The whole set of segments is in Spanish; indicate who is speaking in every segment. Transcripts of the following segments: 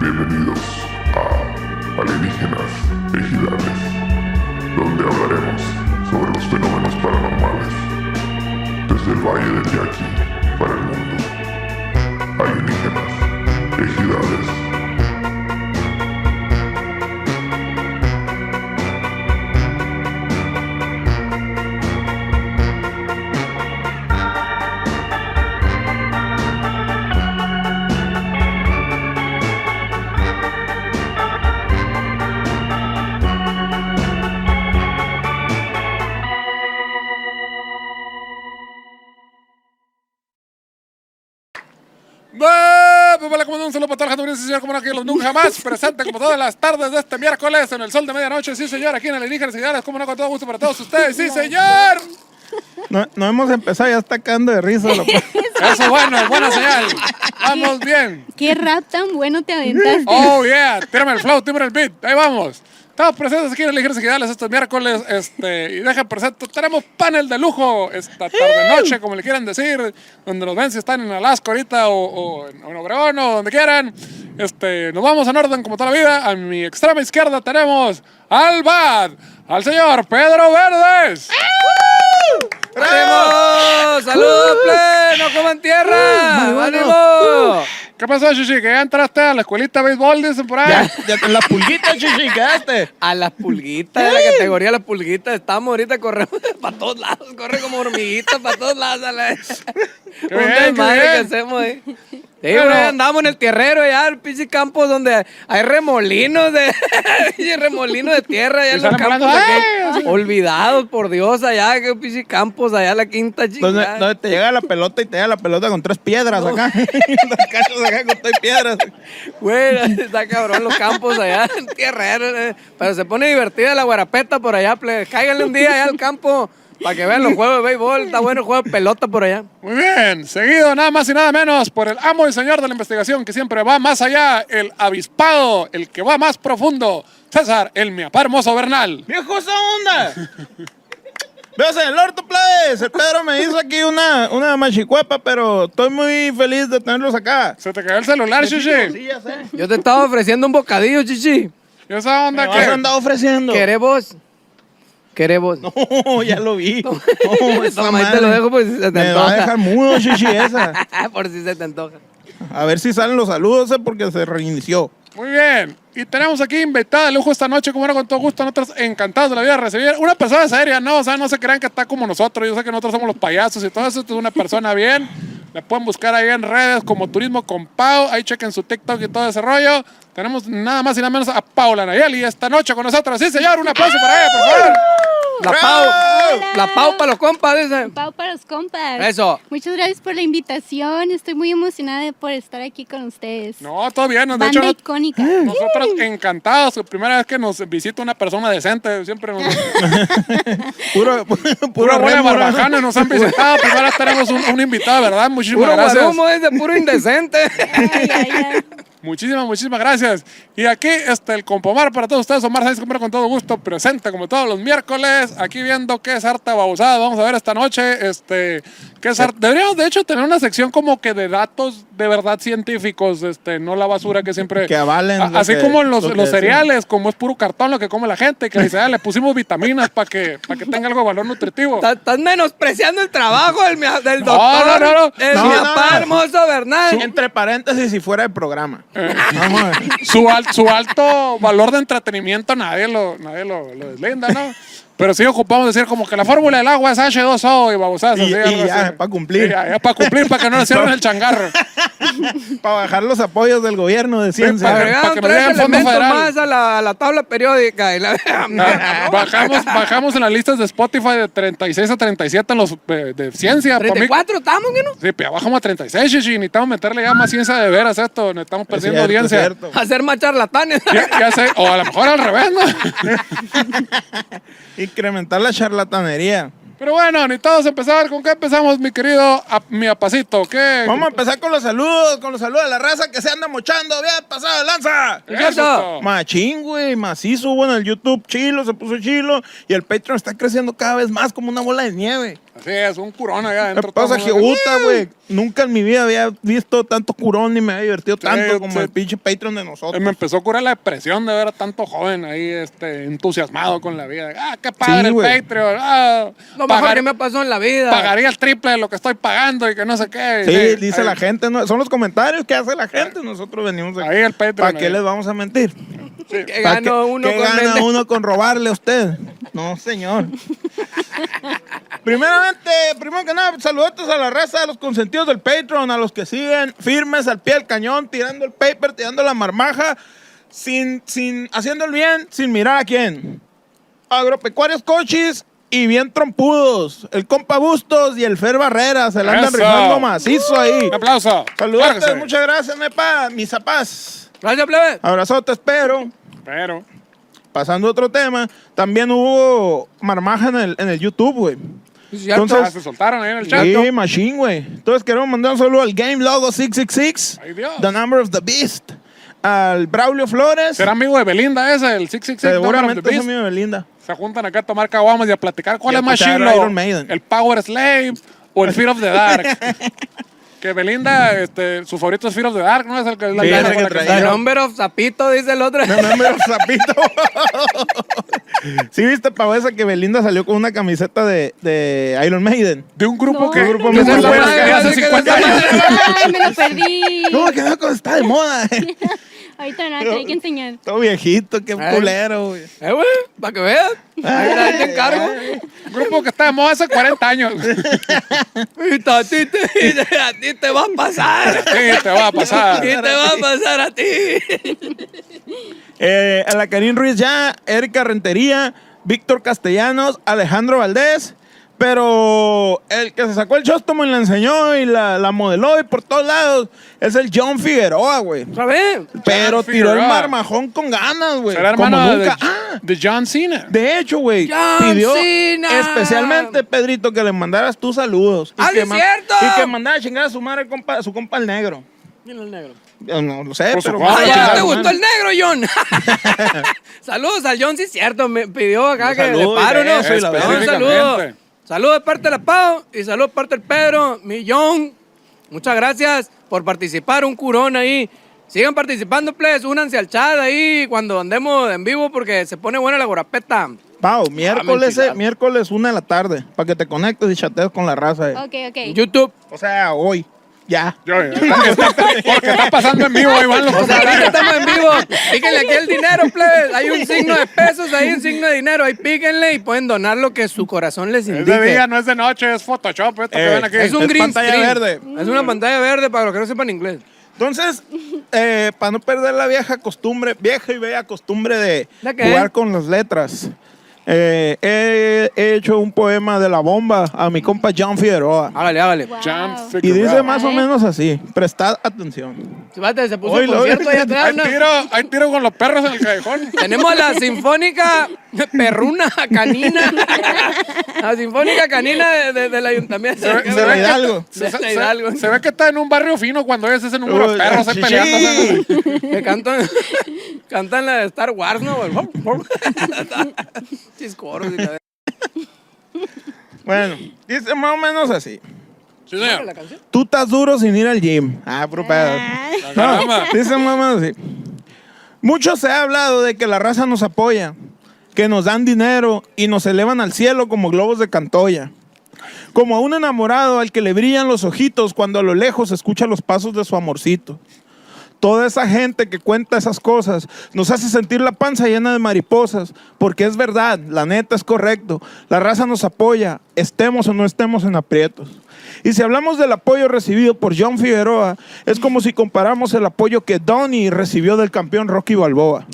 Speaker 1: Bienvenidos a Alienígenas Ejidales, donde hablaremos sobre los fenómenos paranormales desde el Valle del Yaqui para el mundo. Alienígenas Ejidales.
Speaker 2: ¡Bah! Pues vale, como no, un saludo para toda la gente, sí, señor, como no, que los nunca jamás presente, como todas las tardes de este miércoles, en el sol de medianoche, sí, señor, aquí en Alienígenas Ejidales, como no, con todo gusto para todos ustedes, sí, señor.
Speaker 3: No, no hemos empezado, ya está cagando de risa. la p-
Speaker 2: Eso es bueno, es buena señal. Vamos bien.
Speaker 4: Qué rap tan bueno te aventaste.
Speaker 2: Oh, yeah. Tírame el flow, tírame el beat. Ahí vamos. Estamos presentes aquí en Alienígenas Ejidales este miércoles. Este, y deja presente, tenemos panel de lujo esta tarde-noche, como le quieran decir. Donde nos ven si están en Alaska ahorita o, o en, o en Obregón o donde quieran. Este, nos vamos en orden como toda la vida. A mi extrema izquierda tenemos al BAD, al señor Pedro Verdes.
Speaker 5: ¡Ánimo! ¡Salud
Speaker 2: ¡Uh!
Speaker 5: pleno! ¡Coman tierra! ¡Ánimo! ¡Uh!
Speaker 2: ¿Qué pasó, Chichi? ¿Que ya entraste a la escuelita de béisbol, dicen por ahí?
Speaker 3: Ya con la pulguita, chichi, quedaste.
Speaker 5: A las pulguitas,
Speaker 2: ¡Eh!
Speaker 5: de la categoría de las pulguitas. Estamos ahorita, corremos para todos lados. Corre como hormiguitas para todos lados. a la-
Speaker 2: Qué
Speaker 5: Un
Speaker 2: bien, qué
Speaker 5: desmadre que
Speaker 2: bien.
Speaker 5: hacemos ahí. Sí,
Speaker 2: Pero-
Speaker 5: güey, andamos en el tierrero ya, el pinche campo donde hay remolinos de pinche remolinos de tierra allá
Speaker 2: Y
Speaker 5: en los
Speaker 2: salen
Speaker 5: campos
Speaker 2: volando,
Speaker 5: aquellos.
Speaker 2: ¡ay!
Speaker 5: olvidados por Dios allá, que pinche campos allá la quinta
Speaker 3: Donde,
Speaker 5: chingada.
Speaker 3: donde te llega la pelota y te llega la pelota con tres piedras acá. Los cachos acá con tres piedras.
Speaker 5: Güey, está cabrón los campos allá en tierrero. eh. Pero se pone divertida la guarapeta por allá. ple. Cáiganle un día allá al campo para que vean los juegos de béisbol. Está bueno el juego de pelota por allá.
Speaker 2: Muy bien, seguido nada más y nada menos por el amo y señor de la investigación que siempre va más allá, el avispado, el que va más profundo, César, el miapá hermoso Bernal.
Speaker 3: ¡Viejo esa onda! Veas en el orto, plebes. El Pedro me hizo aquí una, una machicuepa, pero estoy muy feliz de tenerlos acá.
Speaker 2: Se te cayó el celular, Shishi.
Speaker 3: ya sé.
Speaker 5: Yo te estaba ofreciendo un bocadillo, chichi.
Speaker 2: ¿Y esa
Speaker 3: Me
Speaker 2: onda
Speaker 3: vas a
Speaker 2: que
Speaker 3: andar ofreciendo.
Speaker 5: ¿Querés vos? ¿Querés vos?
Speaker 3: Oh, ya lo vi. Oh, esa
Speaker 5: Toma, ahí te
Speaker 3: madre.
Speaker 5: lo dejo por si se te
Speaker 3: Me va a
Speaker 5: antoja.
Speaker 3: dejar mudo, chichi, esa.
Speaker 5: por si se te antoja.
Speaker 3: A ver si salen los saludos eh, porque se reinició.
Speaker 2: Muy bien. Y tenemos aquí invitada de lujo esta noche, como era con todo gusto, nosotros encantados de la vida de recibir una persona seria, ¿no? O sea, no se crean que está como nosotros, yo sé que nosotros somos los payasos y todo eso, esto es una persona bien. La pueden buscar ahí en redes como Turismo con Pau, ahí chequen su TikTok y todo ese rollo. Tenemos nada más y nada menos a Paula Nayeli esta noche con nosotros. Sí, señor, un aplauso para ella, por favor.
Speaker 5: La Pau. La Pau para los compas, dice.
Speaker 4: Pau para los compas.
Speaker 5: Eso.
Speaker 4: Muchas gracias por la invitación. Estoy muy emocionada de por estar aquí con ustedes.
Speaker 2: No, todo bien, de
Speaker 4: Banda
Speaker 2: hecho, no-
Speaker 4: icónica.
Speaker 2: nosotros encantados, primera vez que nos visita una persona decente, siempre nos,
Speaker 3: Puro, puro,
Speaker 2: Pura buena
Speaker 3: rémora.
Speaker 2: barbajana nos han visitado. Primero tenemos un, un invitado, ¿verdad? Muchísimas
Speaker 5: Puro
Speaker 2: gracias.
Speaker 5: guarumo, dice. Puro indecente.
Speaker 4: Ay, ay, ay.
Speaker 2: Muchísimas, muchísimas gracias. Y aquí está el Compomar para todos ustedes. Omar Sáenz Compra con todo gusto. Presenta como todos los miércoles. Aquí viendo qué es harta babosada. Vamos a ver esta noche. Este, qué es harta- Deberíamos, de hecho, tener una sección como que de datos de verdad científicos. Este, no la basura que siempre.
Speaker 3: Que avalen
Speaker 2: A-
Speaker 3: lo
Speaker 2: así
Speaker 3: que-
Speaker 2: como los,
Speaker 3: lo que
Speaker 2: los
Speaker 3: decimos.
Speaker 2: cereales, como es puro cartón lo que come la gente. Que dice, "Ah, le pusimos vitaminas para que, para que tenga algo de valor nutritivo.
Speaker 5: Estás- Estás menospreciando el trabajo del, mia- del
Speaker 2: No,
Speaker 5: doctor.
Speaker 2: no, no, no.
Speaker 5: El
Speaker 3: No,
Speaker 5: miapá
Speaker 3: no, no.
Speaker 5: hermoso Bernal.
Speaker 3: Entre paréntesis, si fuera el programa.
Speaker 2: Eh.
Speaker 3: Vamos a ver.
Speaker 2: su, al- su alto valor de entretenimiento nadie lo, nadie lo, lo deslinda, ¿no? Pero sí ocupamos decir como que la fórmula del agua es H2O y babosadas
Speaker 3: Y-
Speaker 2: así.
Speaker 3: y
Speaker 2: algo
Speaker 3: ya,
Speaker 2: así.
Speaker 3: pa' cumplir.
Speaker 2: Y Ya, para cumplir, para que no nos cierren el changarro.
Speaker 3: Para bajar los apoyos del gobierno
Speaker 2: para
Speaker 3: de ciencia.
Speaker 2: agregar-
Speaker 5: Agregaron
Speaker 2: que nos
Speaker 5: tres
Speaker 2: lleguen fondos
Speaker 5: elementos
Speaker 2: federales.
Speaker 5: más a la, a la tabla periódica. y la-
Speaker 2: Ah, bajamos, bajamos en las listas de Spotify de 36 a 37 en los eh, de ciencia. pa' mí-
Speaker 5: 34 estamos, ¿qué no?
Speaker 2: Sí, pero ya bajamos a 36, chichi. Necesitamos meterle ya más ciencia de veras a esto. Necesitamos
Speaker 3: Es
Speaker 2: perdiendo
Speaker 3: cierto,
Speaker 2: audiencia.
Speaker 3: cierto.
Speaker 5: Hacer más charlatanes.
Speaker 2: Ya, ya sé, o a lo mejor al revés, ¿no?
Speaker 3: Incrementar la charlatanería.
Speaker 2: Pero bueno, ni todos empezar. ¿Con qué empezamos, mi querido ap- mi apacito? ¿Qué?
Speaker 3: Vamos a empezar con los saludos, con los saludos a la raza que se anda mochando. Bien, pasado de lanza.
Speaker 2: Eso,
Speaker 5: Eso.
Speaker 2: ma-
Speaker 3: Machín, güey, macizo, bueno, el YouTube chilo, se puso chilo y el Patreon está creciendo cada vez más como una bola de nieve.
Speaker 2: Así es, un curón allá
Speaker 3: Me
Speaker 2: adentro.
Speaker 3: pasa
Speaker 2: todo
Speaker 3: que,
Speaker 2: mundo-
Speaker 3: puta, güey, nunca en mi vida había visto tanto curón ni me había divertido tanto como
Speaker 2: sí.
Speaker 3: el pinche Patreon de
Speaker 2: Eh,
Speaker 3: nosotros.
Speaker 2: Me empezó a curar la depresión de ver a tanto joven ahí este, entusiasmado con la vida. Ah, qué padre el
Speaker 3: güey.
Speaker 2: Patreon. Ah,
Speaker 5: Lo mejor
Speaker 2: pagar-
Speaker 5: que me pasó en la vida.
Speaker 2: pagaría el triple de lo que estoy pagando y que no sé qué.
Speaker 3: Sí,
Speaker 2: Sí,
Speaker 3: dice
Speaker 2: ahí-
Speaker 3: la gente, ¿no? son los comentarios que hace la gente, nosotros venimos aquí.
Speaker 2: Ahí el Patreon,
Speaker 3: ¿Para qué
Speaker 2: ahí.
Speaker 3: les vamos a mentir?
Speaker 5: Que
Speaker 3: ¿Para
Speaker 5: ganó
Speaker 3: qué-
Speaker 5: uno
Speaker 3: qué
Speaker 5: con
Speaker 3: gana
Speaker 5: vender-
Speaker 3: uno con robarle a usted? No, señor. Primeramente, primero que nada, saludos a la raza, a los consentidos del Patreon, a los que siguen firmes al pie del cañón, tirando el paper, tirando la marmaja, sin, sin, haciendo el bien, sin mirar a quién. Agropecuarios cochis y bien trompudos. El compa Bustos y el Fer Barrera se la andan
Speaker 2: Eso.
Speaker 3: rifando macizo ahí.
Speaker 2: Un aplauso.
Speaker 3: Saludos, pues,
Speaker 2: Claro que sí.
Speaker 3: muchas gracias, nepa, mis apás.
Speaker 5: Gracias, plebe.
Speaker 2: Ah,
Speaker 3: Abrazote, espero.
Speaker 2: Pero.
Speaker 3: Pasando a otro tema, también hubo marmaja en el, en el YouTube, güey.
Speaker 5: Sí, cierto.
Speaker 2: Ah,
Speaker 3: Entonces,
Speaker 2: se soltaron ahí en el chat.
Speaker 3: sí,
Speaker 2: ¿no?
Speaker 3: machine, güey. Entonces queremos mandar un saludo al Game Logo 666,
Speaker 2: Ay, Dios.
Speaker 3: The Number of the Beast, al Braulio Flores,
Speaker 2: ¿Será amigo de Belinda ese, el 666? Number
Speaker 3: seguramente es
Speaker 2: of the Beast?
Speaker 3: amigo de Linda.
Speaker 2: Se juntan acá a tomar caguamas y a platicar cuál
Speaker 3: Y a
Speaker 2: es más
Speaker 3: escuchar
Speaker 2: chilo,
Speaker 3: Iron Maiden.
Speaker 2: el Power Slave o el Fear of the Dark. que Belinda, este, su favorito es Fear of the Dark, ¿no? Es el que es la
Speaker 3: Sí,
Speaker 2: llave
Speaker 3: ese
Speaker 2: con
Speaker 3: que
Speaker 2: la que
Speaker 3: traía.
Speaker 2: sale.
Speaker 5: The number of Zapito, dice el otro.
Speaker 3: The Number of Zapito. ¿Sí viste, Pavo, esa que Belinda salió con una camiseta de, de Iron Maiden?
Speaker 2: De un grupo
Speaker 4: No,
Speaker 2: que,
Speaker 4: no, no,
Speaker 2: que
Speaker 3: no,
Speaker 2: se
Speaker 3: no,
Speaker 2: fue
Speaker 3: no,
Speaker 2: hace
Speaker 3: no,
Speaker 2: hace
Speaker 5: no,
Speaker 2: 50
Speaker 5: no,
Speaker 2: años.
Speaker 4: Ay, me lo perdí.
Speaker 3: No, que no, está de moda.
Speaker 4: Ahorita nada, que hay que enseñar.
Speaker 3: Todo viejito, qué
Speaker 5: Ay.
Speaker 3: culero, güey.
Speaker 5: Eh, güey, para que veas. Ahí la- ahí te encargo.
Speaker 2: Un grupo que está de moda hace 40 años.
Speaker 5: Y a ti te, y a ti te va a pasar.
Speaker 2: Sí, te va a
Speaker 5: A
Speaker 2: pasar.
Speaker 5: ti te va a pasar a ti.
Speaker 3: Eh, a la Karin Ruiz ya, Erika Rentería, Víctor Castellanos, Alejandro Valdés. Pero el que se sacó el chóstomo y la enseñó y la, la modeló y por todos lados es el John Figueroa, güey.
Speaker 5: ¿Otra vez?
Speaker 3: Pero tiró el
Speaker 2: Figueroa.
Speaker 3: marmajón con ganas, güey.
Speaker 2: Será
Speaker 3: Como
Speaker 2: hermano de,
Speaker 3: nunca. Ah,
Speaker 2: de John Cena.
Speaker 3: de hecho, güey,
Speaker 5: John
Speaker 3: pidió
Speaker 5: Cena.
Speaker 3: especialmente, Pedrito, que le mandaras tus saludos.
Speaker 5: ¡Ah, sí es
Speaker 3: man-
Speaker 5: cierto!
Speaker 3: Y que mandara a chingar a su madre, al compa- a su compa el negro.
Speaker 5: Mira el negro.
Speaker 3: Eh, No lo sé,
Speaker 2: Por su
Speaker 3: pero...
Speaker 2: compa.
Speaker 5: Ah,
Speaker 2: Chingada,
Speaker 5: ya te
Speaker 2: hermano.
Speaker 5: gustó el negro, John. Saludos al John, sí, cierto. Me pidió acá
Speaker 3: Un
Speaker 5: que le
Speaker 3: saludo
Speaker 5: paro, ¿no?
Speaker 3: directo y la
Speaker 5: Le mando Un
Speaker 2: verga.
Speaker 5: saludo.
Speaker 2: eh, Específicamente.
Speaker 5: Saludos de parte de la Pau y saludos de parte del Pedro, mi John. Muchas gracias por participar, un curón ahí. Sigan participando, please. Únanse al chat ahí cuando andemos en vivo porque se pone buena la gorapeta.
Speaker 3: Pau, miércoles,
Speaker 5: mentira.
Speaker 3: eh, miércoles una de la tarde, para que te conectes y chatees con la raza. eh.
Speaker 4: Ok,
Speaker 5: En
Speaker 4: ok.
Speaker 5: YouTube.
Speaker 3: O sea, hoy. Ya.
Speaker 2: Yo, porque, está, porque está pasando en vivo, ahí van los
Speaker 5: O sea, ahorita
Speaker 2: comentarios.
Speaker 5: estamos en vivo. Píquenle aquí el dinero, plebes. Hay un signo de pesos, hay un signo de dinero. Ahí píquenle y pueden donar lo que su corazón les
Speaker 2: Es de
Speaker 5: indique.
Speaker 2: día, no es de noche, es Photoshop esto que
Speaker 3: Eh,
Speaker 2: ven aquí.
Speaker 5: Es un
Speaker 3: Es
Speaker 5: green
Speaker 3: pantalla
Speaker 5: screen.
Speaker 3: verde.
Speaker 5: Es una pantalla verde para los que no sepan inglés.
Speaker 3: Entonces, eh, para no perder la vieja costumbre, vieja y bella costumbre de
Speaker 5: ¿De qué?
Speaker 3: jugar con las letras, eh, he, he hecho un poema de la bomba a mi compa John Figueroa.
Speaker 5: Hágale, hágale.
Speaker 4: Wow.
Speaker 2: Jump
Speaker 3: Y
Speaker 2: Figueroa.
Speaker 3: dice más o
Speaker 4: Ay.
Speaker 3: menos así, prestad atención.
Speaker 5: Se va, Se puso
Speaker 3: Hoy
Speaker 5: un
Speaker 3: lo-
Speaker 5: concierto ahí atrás.
Speaker 2: Hay
Speaker 5: ¿no?
Speaker 2: tiro, hay tiro con los perros en el callejón.
Speaker 5: Tenemos la Sinfónica Perruna Canina. La Sinfónica Canina de- de- del Ayuntamiento.
Speaker 2: Se ve-
Speaker 3: se ve Hidalgo.
Speaker 2: Se, se-
Speaker 5: De Hidalgo.
Speaker 2: se- se ve que está en un barrio fino cuando es ese número de
Speaker 3: Uy,
Speaker 2: perros ahí
Speaker 3: sí.
Speaker 2: peleándose.
Speaker 5: Que cantan, cantan la de Star Wars, ¿no? Chiscoros y la de-
Speaker 3: Bueno, dice más o menos así.
Speaker 2: Sí,
Speaker 5: la
Speaker 2: señor.
Speaker 5: canción.
Speaker 3: Tú estás duro sin ir al gym. Ah, puro pedo.
Speaker 4: Ah.
Speaker 2: La
Speaker 3: No,
Speaker 2: caramba.
Speaker 3: dice mamá así. Mucho se ha hablado de que la raza nos apoya, que nos dan dinero y nos elevan al cielo como globos de cantoya. Como a un enamorado al que le brillan los ojitos cuando a lo lejos escucha los pasos de su amorcito. Toda esa gente que cuenta esas cosas nos hace sentir la panza llena de mariposas, porque es verdad, la neta es correcto, la raza nos apoya, estemos o no estemos en aprietos. Y si hablamos del apoyo recibido por John Figueroa, es como si comparamos el apoyo que Donnie recibió del campeón Rocky Balboa.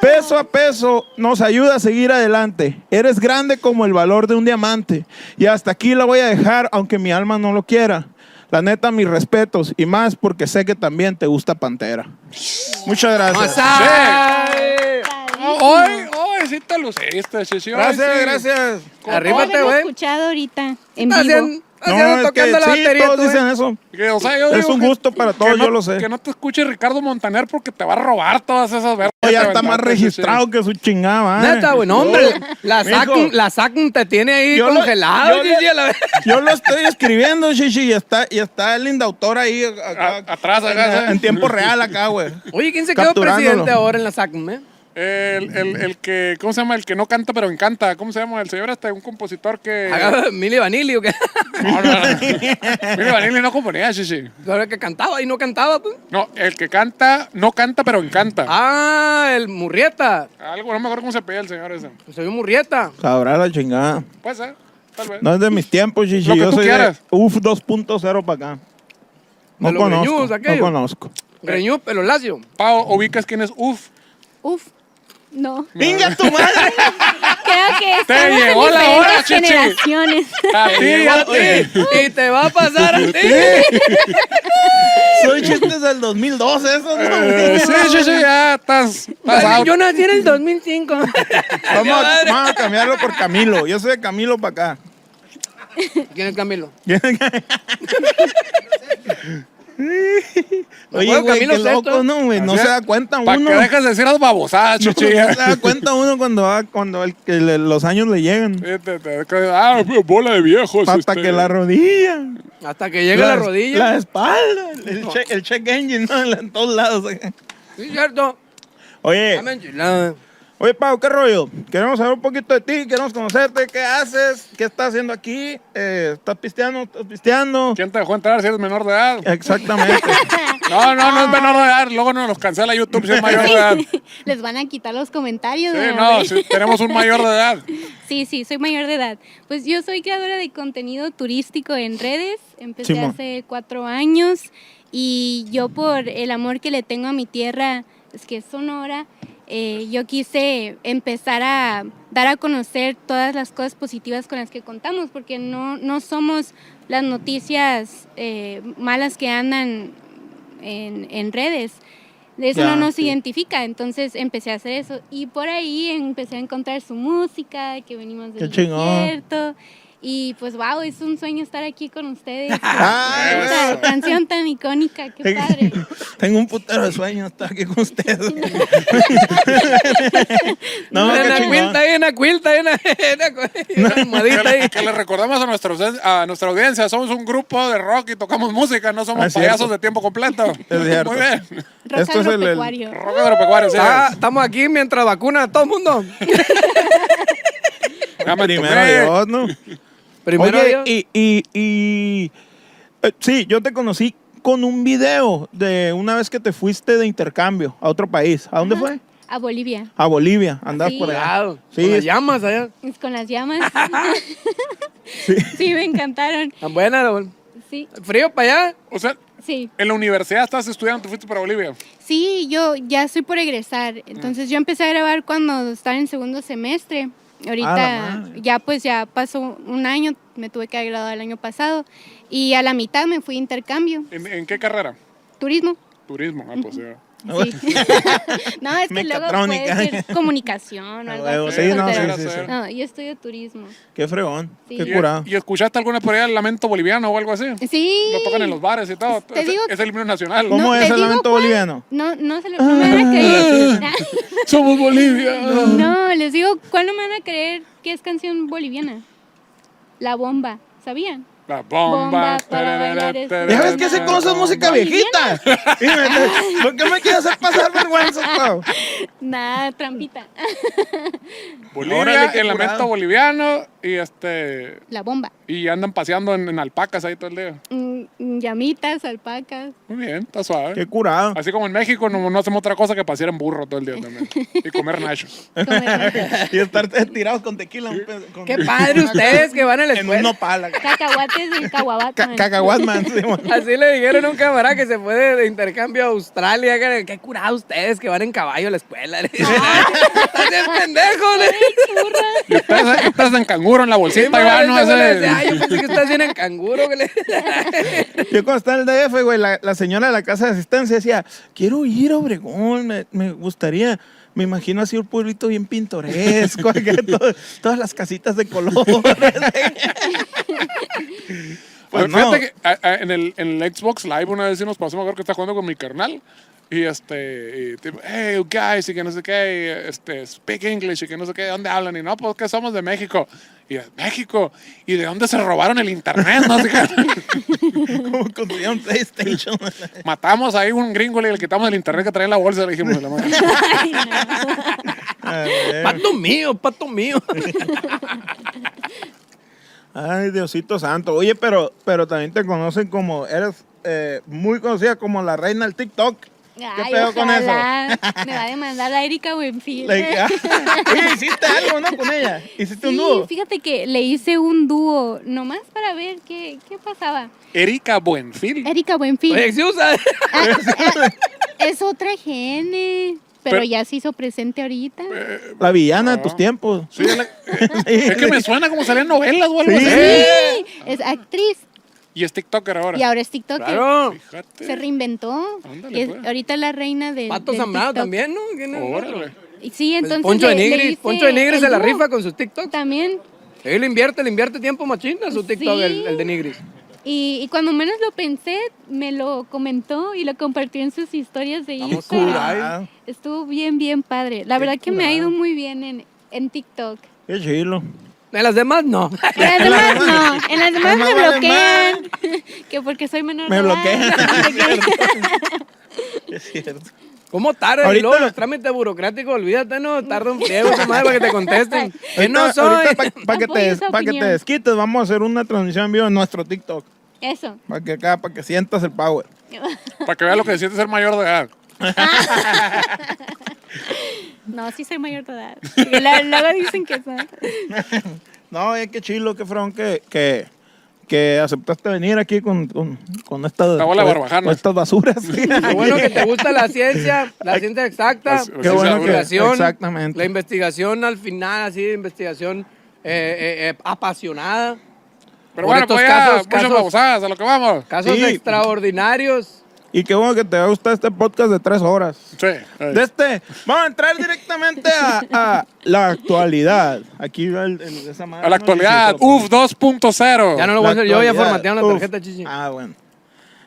Speaker 3: Peso a peso nos ayuda a seguir adelante. Eres grande como el valor de un diamante. Y hasta aquí la voy a dejar, aunque mi alma no lo quiera. La neta, mis respetos. Y más porque sé que también te gusta Pantera. Muchas gracias.
Speaker 5: ¡Masai!
Speaker 2: Oh, Hoy, hoy, sí te luciste, Chichi. Hoy
Speaker 3: Gracias,
Speaker 2: sí.
Speaker 3: gracias.
Speaker 4: No
Speaker 5: Arrímate,
Speaker 4: lo he
Speaker 5: güey.
Speaker 4: escuchado ahorita en
Speaker 5: Estás
Speaker 4: vivo.
Speaker 5: haciendo- haciendo
Speaker 3: es
Speaker 5: tocando la
Speaker 3: sí,
Speaker 5: batería,
Speaker 3: todos
Speaker 5: tú, ¿eh? güey.
Speaker 3: dicen eso.
Speaker 2: Que, o sea, eh. yo
Speaker 3: Es
Speaker 2: digo
Speaker 3: un
Speaker 2: que-
Speaker 3: gusto para todos,
Speaker 2: que no-
Speaker 3: yo lo sé.
Speaker 2: Que no te escuche Ricardo Montaner porque te va a robar todas esas vergas. que
Speaker 3: ya
Speaker 2: te
Speaker 3: está más
Speaker 2: aventaste,
Speaker 3: registrado
Speaker 2: Chichi.
Speaker 3: que su chingada. ¿eh? madre.
Speaker 5: Neta, güey, no, hombre. La
Speaker 3: Ah. Oh. Mijo.
Speaker 5: SACUM, la SACUM te tiene ahí
Speaker 3: Yo lo-
Speaker 5: congelado,
Speaker 3: yo le-
Speaker 5: Gigi, a la vez.
Speaker 3: Yo lo estoy escribiendo, Shishi, y está, y está el indautor ahí. acá,
Speaker 2: A- atrás, acá,
Speaker 3: en, en
Speaker 2: ¿sí?
Speaker 3: tiempo real acá, güey.
Speaker 5: Oye, ¿quién se quedó
Speaker 3: Capturándolo.
Speaker 5: presidente ahora en la SACUM, eh?
Speaker 2: El, el, el que, ¿cómo se llama? El que no canta pero encanta. ¿Cómo se llama? El señor este, un compositor que...
Speaker 5: Acá, Mili Vanilli, ¿o qué?
Speaker 2: No, no, no. Mire, Vanilli no componía, Chichi.
Speaker 5: Ahora que cantaba y no cantaba, pues.
Speaker 2: No, el que canta, no canta pero encanta.
Speaker 5: Ah, el Murrieta.
Speaker 2: Algo, no me acuerdo cómo se pedía el señor ese.
Speaker 5: Soy un Murrieta.
Speaker 3: Sabrá la chingada.
Speaker 2: Puede ser, tal vez.
Speaker 3: No es de mis tiempos, Shishi.
Speaker 2: Lo que
Speaker 3: Yo
Speaker 2: tú
Speaker 3: soy de
Speaker 2: quieras.
Speaker 3: UF 2.0 para acá. No
Speaker 5: De los
Speaker 3: conozco,
Speaker 5: greñudos,
Speaker 3: no
Speaker 5: aquello.
Speaker 3: conozco.
Speaker 5: Greñú, pelo lacio.
Speaker 2: Pau, ¿ubicas quién es? Uf.
Speaker 4: Uf, no.
Speaker 3: ¡Venga tu madre!
Speaker 4: Creo que estamos en
Speaker 2: llegó la
Speaker 4: diferentes
Speaker 2: hora, Chichi.
Speaker 4: generaciones.
Speaker 3: Ah,
Speaker 2: A ti, a
Speaker 5: Oye,
Speaker 2: ti.
Speaker 5: Y te va a pasar a ti.
Speaker 3: Soy chistes del 2012, eso no,
Speaker 2: Eh,
Speaker 3: güey.
Speaker 2: Sí, sí, sí, ya estás, estás
Speaker 5: Vale,
Speaker 2: out.
Speaker 5: Yo nací en el 2005.
Speaker 3: Vamos a, vamos a cambiarlo por Camilo. Yo soy de Camilo para acá.
Speaker 5: ¿Quién es Camilo?
Speaker 3: Oye,
Speaker 5: acuerdo,
Speaker 3: güey,
Speaker 5: Camilo
Speaker 3: qué loco,
Speaker 5: Sexto.
Speaker 3: ¿no, güey? No
Speaker 2: Así
Speaker 3: se
Speaker 2: es.
Speaker 3: da cuenta
Speaker 2: Para
Speaker 3: uno.
Speaker 2: que dejas de decir las babosadas,
Speaker 3: No,
Speaker 2: chichi.
Speaker 3: no se da cuenta uno cuando, va- cuando el- que le- los años le llegan.
Speaker 2: Eh, te- te- que- Ah, bola de viejos. este.
Speaker 3: Hasta
Speaker 2: usted.
Speaker 3: que la rodilla.
Speaker 5: Hasta que llegue la, rodilla.
Speaker 3: La espalda. El, check, el check engine, ¿no? En todos lados.
Speaker 5: Sí, cierto.
Speaker 3: Oye,
Speaker 5: Dame enchilada.
Speaker 3: oye, Pau, ¿qué rollo? Queremos saber un poquito de ti, queremos conocerte. ¿Qué haces? ¿Qué estás haciendo aquí? Eh, ¿Estás pisteando? ¿Estás pisteando?
Speaker 2: ¿Quién te dejó entrar si eres menor de edad?
Speaker 3: Exactamente.
Speaker 2: No, no, no es menor de edad. Luego nos los cancela YouTube si es mayor de edad. Sí,
Speaker 4: Les van a quitar los comentarios. ¿verdad?
Speaker 2: no, sí, tenemos un mayor de edad.
Speaker 4: Sí, sí, soy mayor de edad. Pues yo soy creadora de contenido turístico en redes. Empecé
Speaker 3: Simón.
Speaker 4: hace cuatro años y yo por el amor que le tengo a mi tierra, es que es Sonora, eh, yo quise empezar a dar a conocer todas las cosas positivas con las que contamos, porque no, no somos las noticias eh, malas que andan en, en redes. Eso
Speaker 3: Ya,
Speaker 4: no nos
Speaker 3: sí.
Speaker 4: identifica, entonces empecé a hacer eso. Y por ahí empecé a encontrar su música, que venimos del
Speaker 3: Qué chingón.
Speaker 4: desierto. Y pues, wow, es un sueño estar aquí con ustedes.
Speaker 3: Ay,
Speaker 4: Esta canción tan icónica, qué padre.
Speaker 3: Tengo un putero de sueño estar aquí con ustedes. no,
Speaker 5: en
Speaker 3: qué
Speaker 5: la
Speaker 3: chingón.
Speaker 5: cuilta ahí, en la cuilta ahí, en la, en la cu- una almohadita ahí.
Speaker 2: Que le recordamos a nuestra, ausen- a nuestra audiencia, somos un grupo de rock y tocamos música, no somos
Speaker 3: Ah, es
Speaker 2: payasos
Speaker 3: cierto.
Speaker 2: de tiempo completo.
Speaker 3: Es cierto.
Speaker 2: Muy bien.
Speaker 4: Rock
Speaker 3: Esto es el- el-
Speaker 4: agropecuario.
Speaker 2: Rock agropecuario, sí.
Speaker 5: Ah, estamos aquí mientras vacuna a todo el mundo.
Speaker 2: Ya me
Speaker 3: Primero
Speaker 2: tomé.
Speaker 3: Dios, ¿no?
Speaker 5: Primero
Speaker 3: Oye,
Speaker 5: Dios.
Speaker 3: y, y, y eh, sí, yo te conocí con un video de una vez que te fuiste de intercambio a otro país. ¿A dónde fue?
Speaker 4: A Bolivia,
Speaker 3: A Bolivia. Andabas
Speaker 4: Sí.
Speaker 3: por allá.
Speaker 5: Cuidado,
Speaker 3: Sí,
Speaker 5: con las llamas allá.
Speaker 4: es con las llamas. sí, me encantaron.
Speaker 5: Tan buenas, güey.
Speaker 4: Sí,
Speaker 5: Frío para allá.
Speaker 2: O sea,
Speaker 4: sí.
Speaker 2: en la universidad estás estudiando, te fuiste para Bolivia.
Speaker 4: Sí, yo ya estoy por
Speaker 3: Ah.
Speaker 4: egresar. Entonces yo empecé a grabar cuando estaba en segundo semestre.
Speaker 3: Ah, la
Speaker 4: Ahorita
Speaker 3: madre.
Speaker 4: ya pues ya pasó un año, me tuve que haber graduado el año pasado y a la mitad me fui a intercambio,
Speaker 2: ¿En, en qué carrera?
Speaker 4: turismo.
Speaker 2: Turismo. Ah, pues ya.
Speaker 4: Sí. no, es que luego puede
Speaker 3: Mecatrónica.
Speaker 4: decir comunicación o
Speaker 3: a
Speaker 4: algo
Speaker 3: huevo.
Speaker 4: así.
Speaker 3: Sí,
Speaker 4: ¿no?
Speaker 3: no, sí,
Speaker 4: Pero-
Speaker 3: sí, sí.
Speaker 4: no, yo estudio turismo.
Speaker 3: Qué fregón.
Speaker 4: Sí.
Speaker 3: Qué
Speaker 2: ¿Y,
Speaker 3: curado.
Speaker 2: ¿Y escuchaste alguna por allá el lamento boliviano o algo así?
Speaker 4: Sí.
Speaker 2: Lo tocan en los bares y todo.
Speaker 4: Te
Speaker 2: es,
Speaker 4: digo-
Speaker 2: es el himno nacional.
Speaker 3: ¿Cómo
Speaker 4: No,
Speaker 3: es
Speaker 4: te
Speaker 3: el
Speaker 4: digo,
Speaker 3: lamento
Speaker 4: Juan.
Speaker 3: boliviano?
Speaker 4: No, no se lo no me van a creer.
Speaker 2: Somos Bolivia.
Speaker 4: No, les digo, ¿cuál no me van a creer que es canción boliviana? La bomba, ¿sabían?
Speaker 2: La bomba.
Speaker 4: Bomba para bailar es-
Speaker 3: ¿Ya ves que se conoce música viejita? Dime, ¿Por qué me quieres hacer pasar vergüenza, Pau?
Speaker 4: Nada, trampita.
Speaker 2: Bolivia,
Speaker 3: Órale, qué
Speaker 2: el lamento
Speaker 3: curado.
Speaker 2: boliviano y este
Speaker 4: La bomba.
Speaker 2: y andan paseando en, en alpacas ahí todo el día.
Speaker 4: Mm, mm, llamitas, alpacas.
Speaker 2: Muy bien, está suave.
Speaker 3: Qué curado.
Speaker 2: Así como en México no, no hacemos otra cosa que pasear en burro todo el día también y comer nachos.
Speaker 4: comer
Speaker 3: Y estar tirados con tequila. un pe- con-
Speaker 5: Qué padre ustedes que van a la
Speaker 3: En un
Speaker 5: escuela.
Speaker 3: nopal. acá.
Speaker 4: Cacahuates del
Speaker 3: Ca-
Speaker 4: cacahuatman.
Speaker 3: Cacahuatman. sí, bueno.
Speaker 5: Así le dijeron a un camarada que se fue de, de intercambio a Australia. que- Qué curado ustedes que van en caballo a la escuela. le dije. Están bien pendejos. le dije.
Speaker 2: Y ustedes, eh, ustedes en canguro en la
Speaker 5: Sí,
Speaker 2: bolsita y
Speaker 5: madre,
Speaker 2: van, ¿no?
Speaker 5: este güey le
Speaker 2: Ese-
Speaker 5: decía, "Ay, yo pensé que ustedes vienen canguro. que le-
Speaker 3: Yo cuando estaba en el DF, güey, la, la señora de la casa de asistencia decía, quiero ir a Obregón, me, me gustaría. Me imagino así un pueblito bien pintoresco, acá todo- todas las casitas de colores.
Speaker 2: Pues
Speaker 3: Pues
Speaker 2: fíjate
Speaker 3: no.
Speaker 2: que a- a- en, el, en el Xbox Live una vez sí nos pasó, me acuerdo que estaba jugando con mi carnal. Y este, y tipo, hey, you guys, y que no sé qué, y, este, speak English, y que no sé qué, ¿de dónde hablan? Y no, pues que somos de México. Y yo, México, ¿y de dónde se robaron el internet? No sé qué.
Speaker 3: Como consiguieron PlayStation.
Speaker 2: Matamos ahí un gringo y le quitamos el internet que traía en la bolsa, le dijimos, "La madre".
Speaker 4: Ay, no.
Speaker 3: A ver.
Speaker 5: Pato mío, pato mío.
Speaker 3: Ay, Diosito Santo. Oye, pero, pero también te conocen como, eres eh, muy conocida como la reina del TikTok. ¿Qué
Speaker 4: Ay,
Speaker 3: pedo con eso?
Speaker 4: ojalá. Me va a demandar la Erika Buenfil.
Speaker 3: Le dije, ah, oye, hiciste algo, ¿no? Con ella. Hiciste un
Speaker 4: Sí,
Speaker 3: dúo.
Speaker 4: fíjate que le hice un dúo nomás para ver qué, qué pasaba.
Speaker 2: Erika Buenfil.
Speaker 4: Erika Buenfil.
Speaker 5: Oye, ¿sí usa?
Speaker 4: Ah, ah, es otra gene, pero,
Speaker 2: Pero-
Speaker 4: ya se hizo presente ahorita.
Speaker 3: La villana de
Speaker 2: No.
Speaker 3: tus tiempos.
Speaker 2: Sí, es la- es que me suena como salían novelas o algo así.
Speaker 3: Sí.
Speaker 5: ¡Eh!
Speaker 4: Sí, es actriz
Speaker 2: Y es TikToker ahora.
Speaker 4: y ahora es TikToker.
Speaker 5: Claro.
Speaker 2: Fíjate.
Speaker 4: Se reinventó.
Speaker 2: Ándale,
Speaker 4: Y es-
Speaker 2: pues.
Speaker 4: ahorita es la reina del.
Speaker 5: Pato
Speaker 4: del
Speaker 5: Zambrano
Speaker 4: TikTok.
Speaker 5: también, ¿no? ¿Quién es?
Speaker 2: Órale.
Speaker 4: Y Sí, entonces.
Speaker 5: Pues Poncho de
Speaker 4: le- le
Speaker 5: Nigris.
Speaker 4: hice
Speaker 5: Poncho de Nigris
Speaker 4: el
Speaker 5: se la
Speaker 4: dúo
Speaker 5: rifa con sus TikTok.
Speaker 4: También.
Speaker 5: Él le invierte, le invierte tiempo machina a su TikTok,
Speaker 4: Sí.
Speaker 5: el, el de Nigris.
Speaker 4: Y, y cuando menos lo pensé, me lo comentó y lo compartió en sus historias de
Speaker 5: Vamos,
Speaker 4: Instagram.
Speaker 3: Ah,
Speaker 4: Estuvo bien, bien padre. La verdad que me ha ido muy bien en, en TikTok.
Speaker 3: Qué chilo.
Speaker 5: De las demás, no.
Speaker 4: En las demás no, en las demás
Speaker 3: Nomás
Speaker 4: me
Speaker 3: vale
Speaker 4: bloquean. Que porque soy menor
Speaker 3: Me
Speaker 4: de edad.
Speaker 3: bloquean. Es cierto.
Speaker 5: ¿Cómo tarda?
Speaker 3: Ahorita-
Speaker 5: Y luego los trámites burocráticos, olvídate, no, tarda un pliego esa madre para que te contesten. Que no
Speaker 3: Ahorita-
Speaker 5: soy.
Speaker 3: Eh, ahorita pa- pa' que
Speaker 4: Apoyo
Speaker 3: te des-
Speaker 4: esa
Speaker 3: pa' que te
Speaker 4: opinión.
Speaker 3: desquites, vamos a hacer una transmisión en vivo en nuestro TikTok.
Speaker 4: Eso.
Speaker 3: Para que acá, para que sientas el power.
Speaker 2: Para que vea lo que siente ser mayor de edad.
Speaker 4: No, sí soy mayor de edad. Porque la- Luego dicen que soy.
Speaker 3: No, es que chilo, qué fron que, que, que aceptaste venir aquí con, con, con estas,
Speaker 2: La bola
Speaker 3: con-
Speaker 2: barbajana.
Speaker 3: con estas basuras.
Speaker 5: Qué bueno que te gusta la ciencia, la ciencia exacta,
Speaker 2: Así-
Speaker 5: la
Speaker 2: así se habla.
Speaker 5: investigación,
Speaker 3: exactamente.
Speaker 5: la investigación al final, así, investigación eh, eh, eh, apasionada.
Speaker 2: Pero
Speaker 5: Por
Speaker 2: bueno,
Speaker 5: estos
Speaker 2: pues ya,
Speaker 5: casos,
Speaker 2: muchas
Speaker 5: casos-
Speaker 2: babosadas, a lo que vamos.
Speaker 5: Casos
Speaker 3: Sí.
Speaker 5: extraordinarios.
Speaker 3: Y qué bueno que te va a gustar este podcast de tres horas.
Speaker 2: Sí.
Speaker 3: De este, vamos a entrar directamente a, a la actualidad. Aquí va el, el- esa madre,
Speaker 2: A la
Speaker 3: ¿no?
Speaker 2: actualidad, UF 2.0.
Speaker 5: Ya no
Speaker 3: La
Speaker 5: lo voy a hacer yo, ya
Speaker 3: actualidad.
Speaker 5: formatearon la
Speaker 3: Uf.
Speaker 5: tarjeta, chichi.
Speaker 3: Ah, bueno.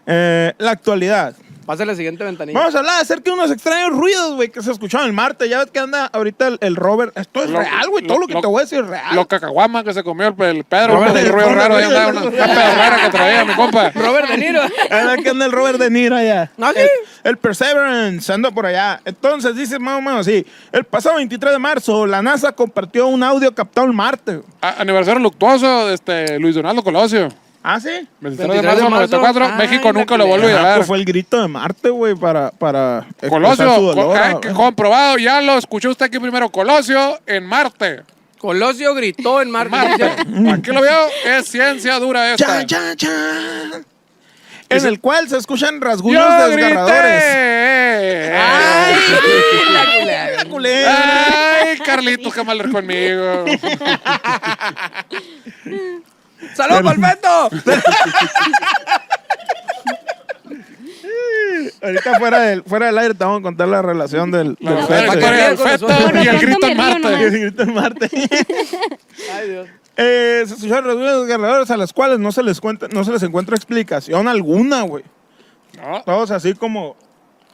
Speaker 3: Eh, la actualidad.
Speaker 5: Pasa a la siguiente ventanilla.
Speaker 3: Vamos a hablar acerca de unos extraños ruidos, güey, que se escucharon el martes. Ya ves que anda ahorita el, el Robert. Esto es
Speaker 2: Lo-
Speaker 3: real, güey. Todo lo, que
Speaker 2: lo-
Speaker 3: te voy a decir es real.
Speaker 2: Los cacahuamas que se comió el, el Pedro,
Speaker 3: Robert
Speaker 2: con el
Speaker 3: De-
Speaker 2: ruido
Speaker 3: Robert
Speaker 2: raro,
Speaker 3: De-
Speaker 2: ahí andaba una
Speaker 3: Robert
Speaker 2: capa rara que traía mi compa.
Speaker 5: Robert De Niro.
Speaker 3: Ah, no, que anda el Robert De Niro allá.
Speaker 5: ¿Ah, sí?
Speaker 3: El, el Perseverance anda por allá. Entonces dice más o menos así. El pasado 23 de marzo, la NASA compartió un audio captado el martes.
Speaker 2: A- aniversario luctuoso, este, Luis Donaldo Colosio.
Speaker 3: ¿Ah, sí.
Speaker 2: 23 de marzo del 94,
Speaker 5: Ay,
Speaker 2: México
Speaker 5: la
Speaker 2: nunca lo vuelve
Speaker 5: culera.
Speaker 2: a
Speaker 3: Ah,
Speaker 2: dar.
Speaker 3: pues fue el grito de Marte, güey, para, para expresar su
Speaker 2: Colosio,
Speaker 3: dolor, ah,
Speaker 2: co-
Speaker 3: a
Speaker 2: ay,
Speaker 3: ver.
Speaker 2: que comprobado, ya lo escuchó usted aquí primero. Colosio en Marte.
Speaker 5: Colosio gritó en Marte.
Speaker 2: Marte. Aquí lo veo, es ciencia dura esta.
Speaker 3: Chan, chan, chan. En el cual se escuchan rasguños
Speaker 2: Yo
Speaker 3: desgarradores.
Speaker 2: grité.
Speaker 5: Ay, la culera.
Speaker 3: La
Speaker 2: Ah.
Speaker 3: culera.
Speaker 2: Ay, Carlitos, qué mal eres conmigo.
Speaker 5: ¡Salud, Palmeto!
Speaker 3: Ahorita fuera del, fuera del aire te vamos a contar la relación del, del
Speaker 2: La
Speaker 3: feto.
Speaker 2: historia del
Speaker 5: Con
Speaker 2: feto
Speaker 5: nosotros.
Speaker 2: y el
Speaker 4: Con
Speaker 2: grito en
Speaker 4: razón me río
Speaker 2: Marte.
Speaker 4: nomás.
Speaker 3: El grito de Marte.
Speaker 5: Ay, Dios.
Speaker 3: Eh, se escucharon rasguños desgarradores a las cuales no se les cuenta, no se les encuentra explicación alguna, güey.
Speaker 2: No,
Speaker 3: Todos así como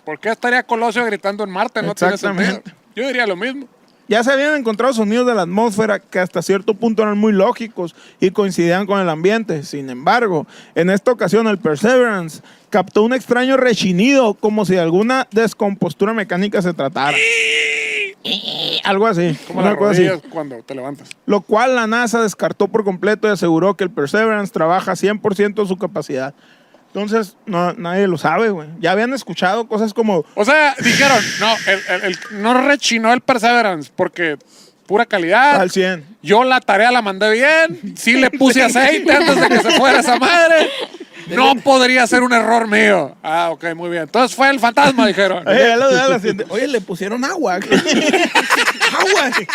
Speaker 2: ¿Por qué estaría Colosio gritando en Marte? No tiene sentido.
Speaker 3: Exactamente.
Speaker 2: Yo diría lo mismo.
Speaker 3: ya se habían encontrado sonidos de la atmósfera que hasta cierto punto eran muy lógicos y coincidían con el ambiente. Sin embargo, en esta ocasión el Perseverance captó un extraño rechinido como si de alguna descompostura mecánica se tratara. Algo así.
Speaker 2: Como
Speaker 3: una
Speaker 2: las
Speaker 3: cosa así.
Speaker 2: rodillas cuando te levantas.
Speaker 3: lo cual la NASA descartó por completo y aseguró que el Perseverance trabaja 100% de su capacidad. Entonces, no, nadie lo sabe, güey. Ya habían escuchado cosas como,
Speaker 2: O sea, dijeron, no, el, el- el- no rechinó el Perseverance porque pura calidad.
Speaker 3: al 100.
Speaker 2: Yo la tarea la mandé bien. Sí le puse aceite antes de que se fuera esa madre. No podría ser un error mío. Ah, ok, muy bien. Entonces fue el fantasma, dijeron.
Speaker 3: Oye, ya lo- ya lo siente. Oye, le pusieron agua. agua. Que-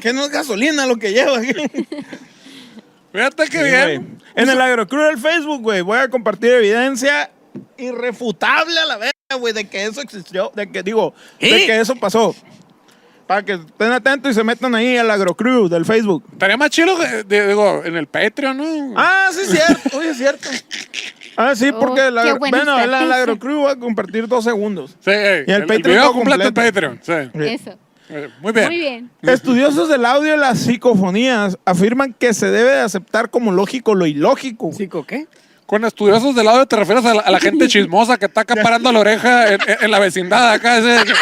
Speaker 3: Que no es gasolina lo que lleva.
Speaker 2: Fíjate qué
Speaker 3: Sí,
Speaker 2: bien.
Speaker 3: güey. En el Agrocrew del Facebook, güey, voy a compartir evidencia irrefutable a la verga, güey, de que eso existió, de que digo, de
Speaker 5: ¿Y?
Speaker 3: que eso pasó. Para que estén atentos y se metan ahí al AgroCrew del Facebook.
Speaker 2: Estaría más chido, que- de- digo, en el Patreon, ¿no?
Speaker 3: Ah, sí, es cierto. Oye, es cierto. Ah, sí,
Speaker 4: Oh,
Speaker 3: porque el,
Speaker 4: qué
Speaker 3: agro-
Speaker 4: buena
Speaker 3: bueno, el, el
Speaker 4: estrategia.
Speaker 3: AgroCrew va a compartir dos segundos.
Speaker 2: Sí, eh,
Speaker 3: Y
Speaker 2: el, el
Speaker 3: el Patreon
Speaker 2: video
Speaker 3: todo
Speaker 2: completo en
Speaker 3: completo.
Speaker 2: Patreon. Sí.
Speaker 4: Eso.
Speaker 2: Eh, Muy bien.
Speaker 4: Muy bien.
Speaker 3: Estudiosos del audio y las psicofonías afirman que se debe de aceptar como lógico lo ilógico.
Speaker 5: ¿Psico qué?
Speaker 2: Con estudiosos del audio te refieres a la, a la gente chismosa que está parando la oreja en, en- en la vecindad de acá. ese que-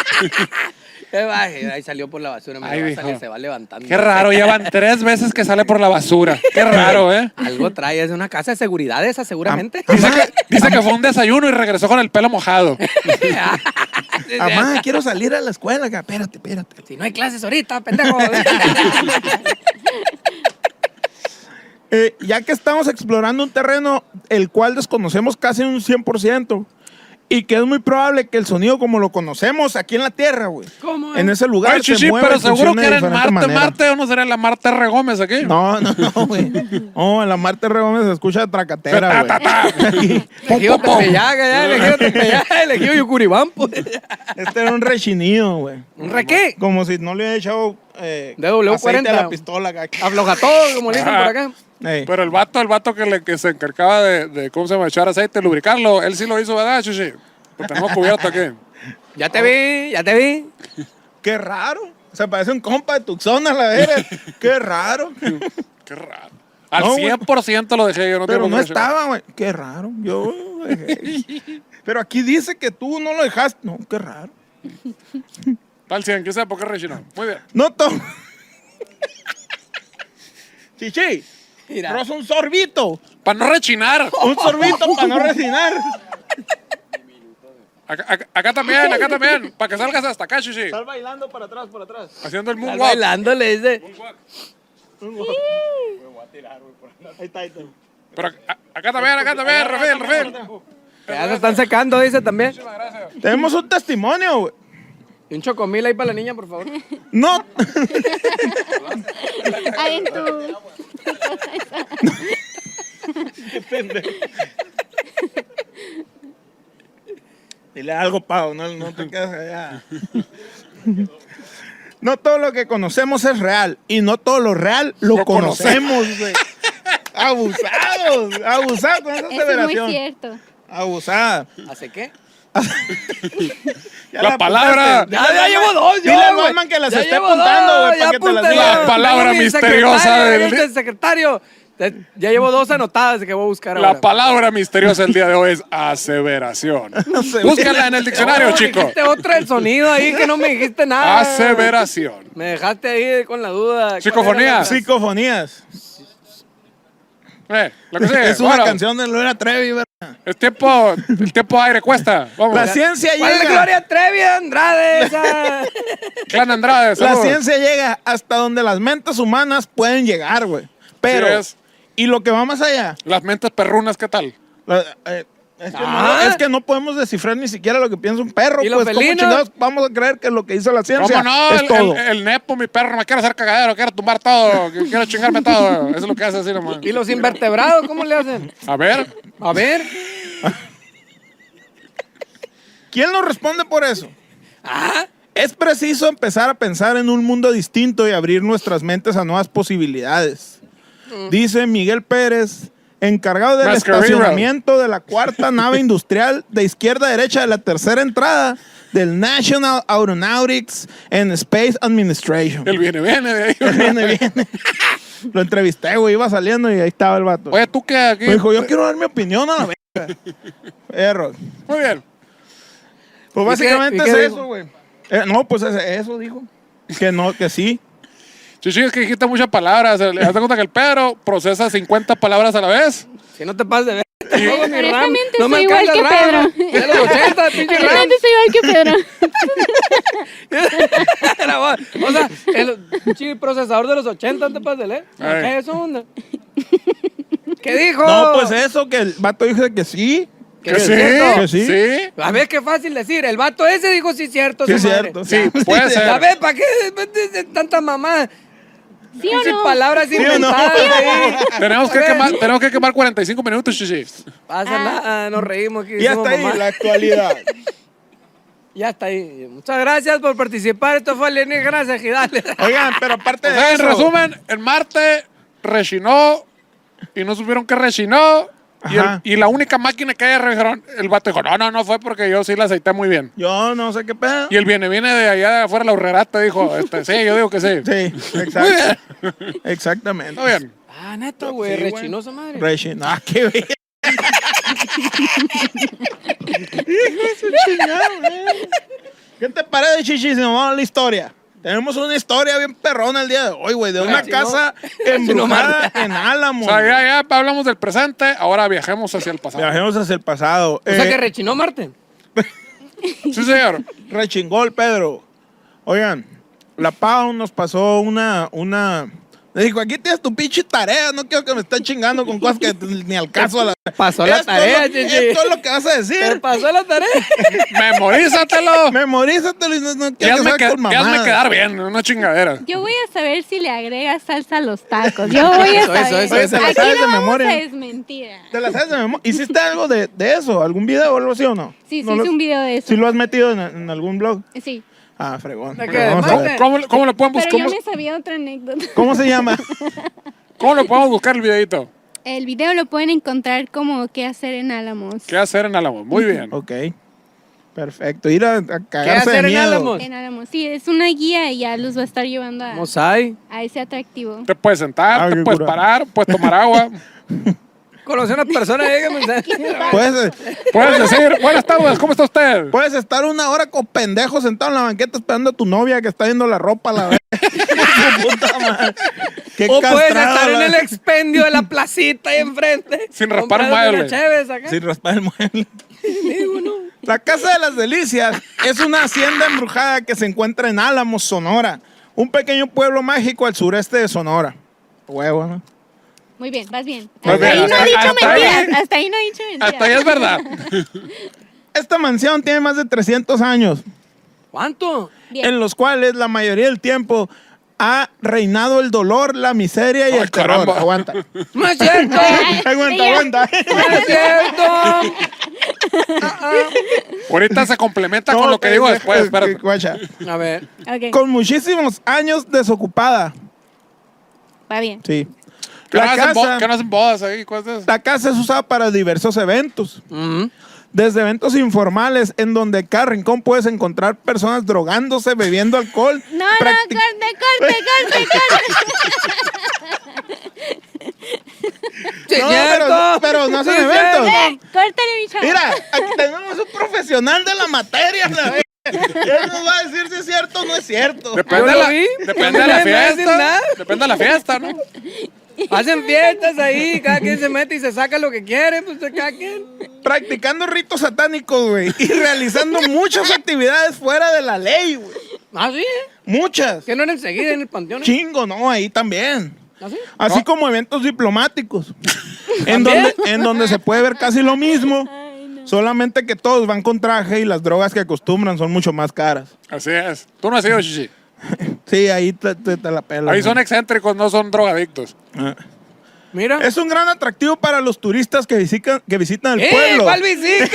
Speaker 5: Te baje, ahí salió por la basura, me
Speaker 2: Ay,
Speaker 5: va a
Speaker 2: viejo.
Speaker 5: salir, se va levantando.
Speaker 2: Qué raro, ya van tres veces que sale por la basura. Qué raro, ¿eh?
Speaker 5: Algo trae, es una casa de seguridad esa seguramente.
Speaker 2: Dice que, dice que fue un desayuno y regresó con el pelo mojado.
Speaker 3: Amá, quiero salir a la escuela. acá. Espérate, espérate.
Speaker 5: si no hay clases ahorita, pendejo.
Speaker 3: Eh, ya que estamos explorando un terreno el cual desconocemos casi un 100% y que es muy probable que el sonido como lo conocemos aquí en la Tierra, güey,
Speaker 5: ¿Cómo es?
Speaker 3: en ese lugar
Speaker 2: Oye,
Speaker 3: se
Speaker 2: chichi,
Speaker 3: mueva
Speaker 2: pero
Speaker 3: y
Speaker 2: seguro
Speaker 3: funciona
Speaker 2: que era
Speaker 3: de
Speaker 2: en
Speaker 3: diferente
Speaker 2: Marte,
Speaker 3: manera.
Speaker 2: Marte, ¿o no será la Marta R. Gómez aquí?
Speaker 3: No, no, no, güey. No, la Marta R. Gómez se escucha tracatera, güey.
Speaker 5: Elegido Tepeyaga, ya, elegido Tepeyaga, elegido Yucuribampo.
Speaker 3: este era un rechinido, güey.
Speaker 5: ¿Un re qué?
Speaker 3: Como si no le hubiera echado eh,
Speaker 5: DW40.
Speaker 3: aceite a la pistola. acá.
Speaker 5: Afloja todo, como le dicen por acá.
Speaker 3: Ey.
Speaker 2: Pero el vato, el vato que, le, que se encargaba de, de, ¿cómo se llama? Echar aceite, lubricarlo, él sí lo hizo, ¿verdad, Chuchi? Lo tenemos cubierto aquí.
Speaker 5: Ya te vi, ya te vi.
Speaker 3: Qué raro. Se parece un compa de Tucson a la vera. Qué raro.
Speaker 2: Qué raro. Al
Speaker 3: No, güey.
Speaker 2: 100% lo dejé yo, no
Speaker 3: Pero
Speaker 2: tengo
Speaker 3: no
Speaker 2: que decir.
Speaker 3: estaba, güey. Qué raro. Yo. güey. Pero aquí dice que tú no lo dejaste. No, qué raro.
Speaker 2: Está al 100, quién sabe por qué rechinó. Muy bien.
Speaker 3: No toma. Chichi,
Speaker 5: Mira.
Speaker 3: rosa un sorbito.
Speaker 2: Para no rechinar.
Speaker 3: Un sorbito para no resinar.
Speaker 2: Acá, acá- acá también, acá también. Para que salgas hasta acá, Chuchi.
Speaker 3: Estar bailando para atrás, para atrás.
Speaker 2: Haciendo el
Speaker 5: Está
Speaker 2: moonwalk.
Speaker 5: bailando, le dice.
Speaker 3: Ahí está, ahí está.
Speaker 2: Pero acá, acá también, acá también, Rafael, Rafael.
Speaker 5: Ya se están secando, dice también.
Speaker 3: Tenemos un testimonio, güey.
Speaker 5: Y un chocomil ahí para la niña, por favor.
Speaker 3: No.
Speaker 4: Ahí en tu.
Speaker 3: Dile algo, Pau, no, no te quedes allá. No todo lo que conocemos es real y no todo lo real lo,
Speaker 2: Lo conocemos.
Speaker 3: conocemos, güey. Abusados, abusados con esa
Speaker 4: Eso es muy
Speaker 3: aseveración.
Speaker 4: cierto.
Speaker 3: Abusada.
Speaker 5: ¿Hace qué?
Speaker 3: Ya
Speaker 2: La palabra.
Speaker 3: apuntaste.
Speaker 5: Ya, ya llevo dos, yo.
Speaker 3: Dile al
Speaker 5: güey.
Speaker 3: Batman que las
Speaker 5: Ya
Speaker 3: esté
Speaker 5: llevo
Speaker 3: apuntando,
Speaker 5: dos,
Speaker 3: güey,
Speaker 5: ya
Speaker 3: para que te las
Speaker 5: apunté
Speaker 3: diga.
Speaker 5: dos.
Speaker 2: La palabra
Speaker 5: Tengo mi
Speaker 2: misteriosa
Speaker 5: secretario,
Speaker 2: del-
Speaker 5: ahorita el secretario. Te- Ya llevo dos anotadas que voy a buscar ahora.
Speaker 2: La palabra misteriosa del día de hoy es aseveración. Búscala en el diccionario,
Speaker 5: No,
Speaker 2: chico.
Speaker 5: Dijiste otro el sonido ahí que no me dijiste nada.
Speaker 2: Aseveración.
Speaker 5: Me dejaste ahí con la duda. ¿Cuál
Speaker 2: Psicofonía.
Speaker 5: era la-
Speaker 3: Psicofonías.
Speaker 2: Eh, lo que sigue.
Speaker 3: Es una
Speaker 2: Bueno,
Speaker 3: canción de Luis Trevi, ¿verdad?
Speaker 2: El tiempo, el tiempo aire cuesta. Vamos.
Speaker 3: La ciencia
Speaker 5: ¿Cuál es
Speaker 3: llega.
Speaker 5: Gloria Trevi de Andrade? esa?
Speaker 2: Clan Andrade,
Speaker 3: La
Speaker 2: saludos.
Speaker 3: ciencia llega hasta donde las mentes humanas pueden llegar, güey.
Speaker 2: Sí
Speaker 3: Pero,
Speaker 2: es.
Speaker 3: ¿y lo que va más allá?
Speaker 2: Las mentes perrunas, ¿qué tal?
Speaker 3: La- eh, es, que
Speaker 5: Ah.
Speaker 3: no, es que no podemos descifrar ni siquiera lo que piensa un perro.
Speaker 5: ¿Y los
Speaker 3: pues, ¿cómo
Speaker 5: felinos?
Speaker 3: chingados vamos a creer que lo que hizo la ciencia
Speaker 2: ¿Cómo no?
Speaker 3: es
Speaker 2: El,
Speaker 3: todo?
Speaker 2: el- el Nepo, mi perro, me quiere hacer cagadero, quiero tumbar todo, que- quiero chingarme todo. Eso es lo que hace así nomás.
Speaker 5: ¿Y los invertebrados cómo le hacen?
Speaker 2: A ver,
Speaker 5: A ver.
Speaker 3: ¿Quién nos responde por eso?
Speaker 5: Ah,
Speaker 3: Es preciso empezar a pensar en un mundo distinto y abrir nuestras mentes a nuevas posibilidades. Dice Miguel Pérez, encargado del
Speaker 2: Masquerade
Speaker 3: estacionamiento de la cuarta nave industrial de izquierda a derecha de la tercera entrada del National Aeronautics and Space Administration.
Speaker 2: él viene, viene de ahí.
Speaker 3: Viene, viene. Lo entrevisté, güey, iba saliendo y ahí estaba el vato.
Speaker 2: Oye, tú que aquí.
Speaker 3: Me dijo, yo quiero dar mi opinión a la verga. Error.
Speaker 2: Muy bien.
Speaker 3: Pues
Speaker 5: ¿Y
Speaker 3: básicamente
Speaker 5: qué- y qué
Speaker 3: es
Speaker 5: dijo?
Speaker 3: eso, güey. Eh, no, pues es- eso dijo. Que no, que sí.
Speaker 2: Chichi, es que dijiste muchas palabras. ¿Te das cuenta que el Pedro procesa 50 palabras a la vez?
Speaker 5: si no te pases de ver. Luego mi RAM,
Speaker 4: Honestamente,
Speaker 5: no me
Speaker 4: soy igual
Speaker 5: alcanza
Speaker 4: que
Speaker 5: el RAM.
Speaker 4: Pedro.
Speaker 5: Ya los 80, pinche RAM.
Speaker 4: Realmente soy igual que Pedro.
Speaker 5: Era va- o sea, el pinche procesador de los 80, ¿te pases de leer?
Speaker 2: Ay.
Speaker 5: ¿Qué es eso, onda? ¿Qué dijo?
Speaker 3: No, pues eso, que el vato dijo que sí.
Speaker 5: Que sí.
Speaker 2: ¿Que
Speaker 3: Que sí.
Speaker 2: sí? ¿Sí?
Speaker 5: A ver, qué fácil decir. El vato ese dijo, sí, cierto.
Speaker 3: Sí, es
Speaker 5: su madre.
Speaker 3: cierto.
Speaker 2: Sí, puede ser.
Speaker 5: A ver, ¿para qué de tanta mamá?
Speaker 4: ¿Sí o
Speaker 5: Sin
Speaker 4: no?
Speaker 5: palabras
Speaker 3: o no?
Speaker 5: inventadas.
Speaker 3: ¿Sí
Speaker 5: ahí.
Speaker 2: Tenemos que,
Speaker 5: A ver,
Speaker 2: quemar, tenemos que quemar 45 minutos, Chichi.
Speaker 5: Pasa nada, nos reímos. Aquí
Speaker 3: Y hasta ahí la actualidad.
Speaker 5: Ya está ahí. Muchas gracias por participar. Esto fue Alienígenas Ejidales.
Speaker 3: Oigan, pero aparte
Speaker 2: O
Speaker 3: de
Speaker 2: sea, en
Speaker 3: eso-
Speaker 2: resumen, el Marte rechinó y no supieron que rechinó. Y, el-
Speaker 3: Ajá.
Speaker 2: y la única máquina que haya revisaron, el vato dijo, no, no, no fue porque yo sí la aceité muy bien.
Speaker 3: Yo no sé qué pedo.
Speaker 2: Y el viene, viene de allá de afuera, la urrerata, dijo, este, sí, yo digo que sí.
Speaker 3: Sí,
Speaker 2: Muy bien,
Speaker 3: exacto. Exactamente.
Speaker 2: está bien.
Speaker 5: Ah, neto, güey.
Speaker 3: Sí, güey.
Speaker 5: rechinosa madre.
Speaker 3: Reggie, no, qué bien. Hijo de su chingada, güey. ¿Qué te parece, Chichi, si nos vamos a la historia? Tenemos una historia bien perrona el día de hoy, güey, de una
Speaker 5: Regino-
Speaker 3: casa
Speaker 5: Regino
Speaker 3: embrujada en Álamo.
Speaker 2: O sea, ya, ya hablamos del presente, ahora viajemos hacia el pasado.
Speaker 3: Viajemos hacia el pasado.
Speaker 5: O sea
Speaker 3: Eh,
Speaker 5: que rechinó Marte.
Speaker 2: Sí, señor.
Speaker 3: Rechingol, Pedro. Oigan, la Pau nos pasó una, una. Le dijo, aquí tienes tu pinche tarea, no quiero que me estén chingando con cosas que ni al caso a la.
Speaker 5: Pasó la
Speaker 3: es
Speaker 5: tarea,
Speaker 3: lo-
Speaker 5: Chichi.
Speaker 3: Esto es lo que vas a
Speaker 5: ¿Te
Speaker 3: decir.
Speaker 5: pasó la tarea?
Speaker 2: Memorízatelo.
Speaker 3: Memorízatelo y no, no
Speaker 2: Y
Speaker 3: quiero que
Speaker 2: hazme,
Speaker 3: salga
Speaker 2: que-
Speaker 3: con
Speaker 2: y hazme
Speaker 3: mamadas.
Speaker 2: quedar bien, una chingadera.
Speaker 4: Yo voy a saber si le agrega salsa a los tacos. Yo voy a
Speaker 5: Eso, eso,
Speaker 4: saber.
Speaker 5: eso, eso.
Speaker 3: Te la
Speaker 4: Aquí
Speaker 3: sabes de
Speaker 4: no vamos
Speaker 3: memoria.
Speaker 4: a desmentir.
Speaker 3: ¿Te la sabes de memoria? ¿Hiciste algo de, de eso? ¿Algún video o algo así o no?
Speaker 4: Sí, sí,
Speaker 3: ¿No
Speaker 4: hice
Speaker 3: lo-
Speaker 4: un video de eso.
Speaker 3: ¿Sí lo has metido en, en algún blog?
Speaker 4: Sí.
Speaker 3: Ah, fregón.
Speaker 5: ¿De qué?
Speaker 3: Bueno, vamos a
Speaker 5: ¿Mande?
Speaker 3: ver.
Speaker 2: ¿Cómo, cómo lo podemos, Pues,
Speaker 4: Pero
Speaker 2: cómo,
Speaker 4: yo me sabía otra anécdota.
Speaker 3: ¿Cómo se llama?
Speaker 2: cómo lo podemos buscar el videito?
Speaker 4: El video lo pueden encontrar como qué hacer en Álamos.
Speaker 2: ¿Qué hacer en Álamo? Muy bien.
Speaker 3: ok. Perfecto. Ir a, a cagarse
Speaker 5: hacer
Speaker 3: de
Speaker 5: en
Speaker 3: miedo.
Speaker 5: Álamos?
Speaker 4: En Álamos. Sí, es una guía y ya los va a estar llevando a,
Speaker 5: Mosai.
Speaker 4: a ese atractivo.
Speaker 2: Te puedes sentar,
Speaker 3: Ah,
Speaker 2: te
Speaker 3: qué
Speaker 2: puedes
Speaker 3: curado.
Speaker 2: parar, puedes tomar agua,
Speaker 5: Conocí a una persona, dígame. ¿sabes?
Speaker 3: Puedes,
Speaker 2: puedes decir, buenas tardes, ¿cómo está usted?
Speaker 3: puedes estar una hora con pendejos sentado en la banqueta esperando a tu novia que está viendo la ropa a la vez. Puta madre. Qué
Speaker 5: O puedes
Speaker 3: castrado,
Speaker 5: estar en
Speaker 3: la-
Speaker 5: el expendio de la placita ahí enfrente.
Speaker 2: Sin raspar un
Speaker 5: comprándote
Speaker 2: mueble.
Speaker 5: unas cheves acá.
Speaker 3: Sin raspar el mueble. La Casa de las Delicias es una hacienda embrujada que se encuentra en Álamo, Sonora, un pequeño pueblo mágico al sureste de Sonora. Huevo, ¿no?
Speaker 4: Muy bien, vas bien.
Speaker 2: Muy
Speaker 4: Hasta
Speaker 2: bien,
Speaker 4: ahí no
Speaker 2: hasta-
Speaker 4: he dicho
Speaker 2: hasta ahí-
Speaker 4: mentiras. Hasta ahí no he dicho mentiras.
Speaker 2: Hasta ahí es verdad.
Speaker 3: Esta mansión tiene más de 300 años,
Speaker 5: ¿Cuánto?
Speaker 4: Bien.
Speaker 3: en los cuales la mayoría del tiempo ha reinado el dolor, la miseria y
Speaker 2: Ay,
Speaker 3: el terror.
Speaker 2: caramba.
Speaker 3: Aguanta.
Speaker 5: ¡No es cierto!
Speaker 3: aguanta,
Speaker 4: Ya.
Speaker 3: aguanta.
Speaker 5: ¡No es cierto!
Speaker 2: Ahorita se complementa con
Speaker 3: No, eh,
Speaker 2: lo que digo
Speaker 3: pendejo,
Speaker 2: después.
Speaker 3: es
Speaker 2: espérate.
Speaker 3: que, guacha,
Speaker 5: A ver.
Speaker 4: Ok,
Speaker 3: Con muchísimos años desocupada.
Speaker 4: va bien.
Speaker 3: Sí.
Speaker 2: Que no,
Speaker 3: La
Speaker 2: hacen bo-
Speaker 3: casa,
Speaker 2: que no hacen bodas ahí, cosas.
Speaker 3: la casa es usada para diversos eventos.
Speaker 5: Mm.
Speaker 3: desde eventos informales en donde cada rincón puedes encontrar personas drogándose, bebiendo alcohol.
Speaker 4: No, no,
Speaker 3: practi-
Speaker 4: corte, corte, corte, corte.
Speaker 5: ¡Sí es
Speaker 3: No,
Speaker 5: cierto!
Speaker 3: pero- pero no hacen
Speaker 5: ¡Sí es
Speaker 3: eventos.
Speaker 5: cierto!
Speaker 4: Eh, Córtale, mi chavo.
Speaker 3: Mira, aquí tenemos un profesional de la materia. la verga. Y él nos va a decir si es cierto o no es cierto.
Speaker 5: Yo
Speaker 2: Depende, de
Speaker 5: lo
Speaker 2: la,
Speaker 5: vi.
Speaker 2: depende de
Speaker 5: Yo no
Speaker 2: la
Speaker 5: me voy a decir
Speaker 2: fiesta.
Speaker 5: nada.
Speaker 2: Depende de la fiesta, ¿no?
Speaker 5: Hacen fiestas ahí, cada quien se mete y se saca lo que quiere, pues de cada quien.
Speaker 3: Practicando ritos satánicos, güey. Y realizando muchas actividades fuera de la ley, güey.
Speaker 5: ¿Ah, sí?
Speaker 3: Muchas.
Speaker 5: Que no era enseguida en el panteón. ¿eh?
Speaker 3: Chingo, ¿no? Ahí también.
Speaker 5: ¿Ah, sí?
Speaker 3: Así
Speaker 2: No.
Speaker 3: como eventos diplomáticos. en,
Speaker 5: ¿También?
Speaker 3: donde, en donde se puede ver casi lo mismo. Solamente que todos van con traje y las drogas que acostumbran son mucho más caras.
Speaker 2: Así es. Tú no has ido, Chichi.
Speaker 3: Sí, ahí te, te- te la pelas.
Speaker 2: Ahí
Speaker 3: ¿no?
Speaker 2: son excéntricos, no son drogadictos.
Speaker 3: Ah.
Speaker 5: Mira.
Speaker 3: Es un gran atractivo para los turistas que visitan, que visitan el
Speaker 5: ¡Eh,
Speaker 3: pueblo.
Speaker 5: cuál visitas!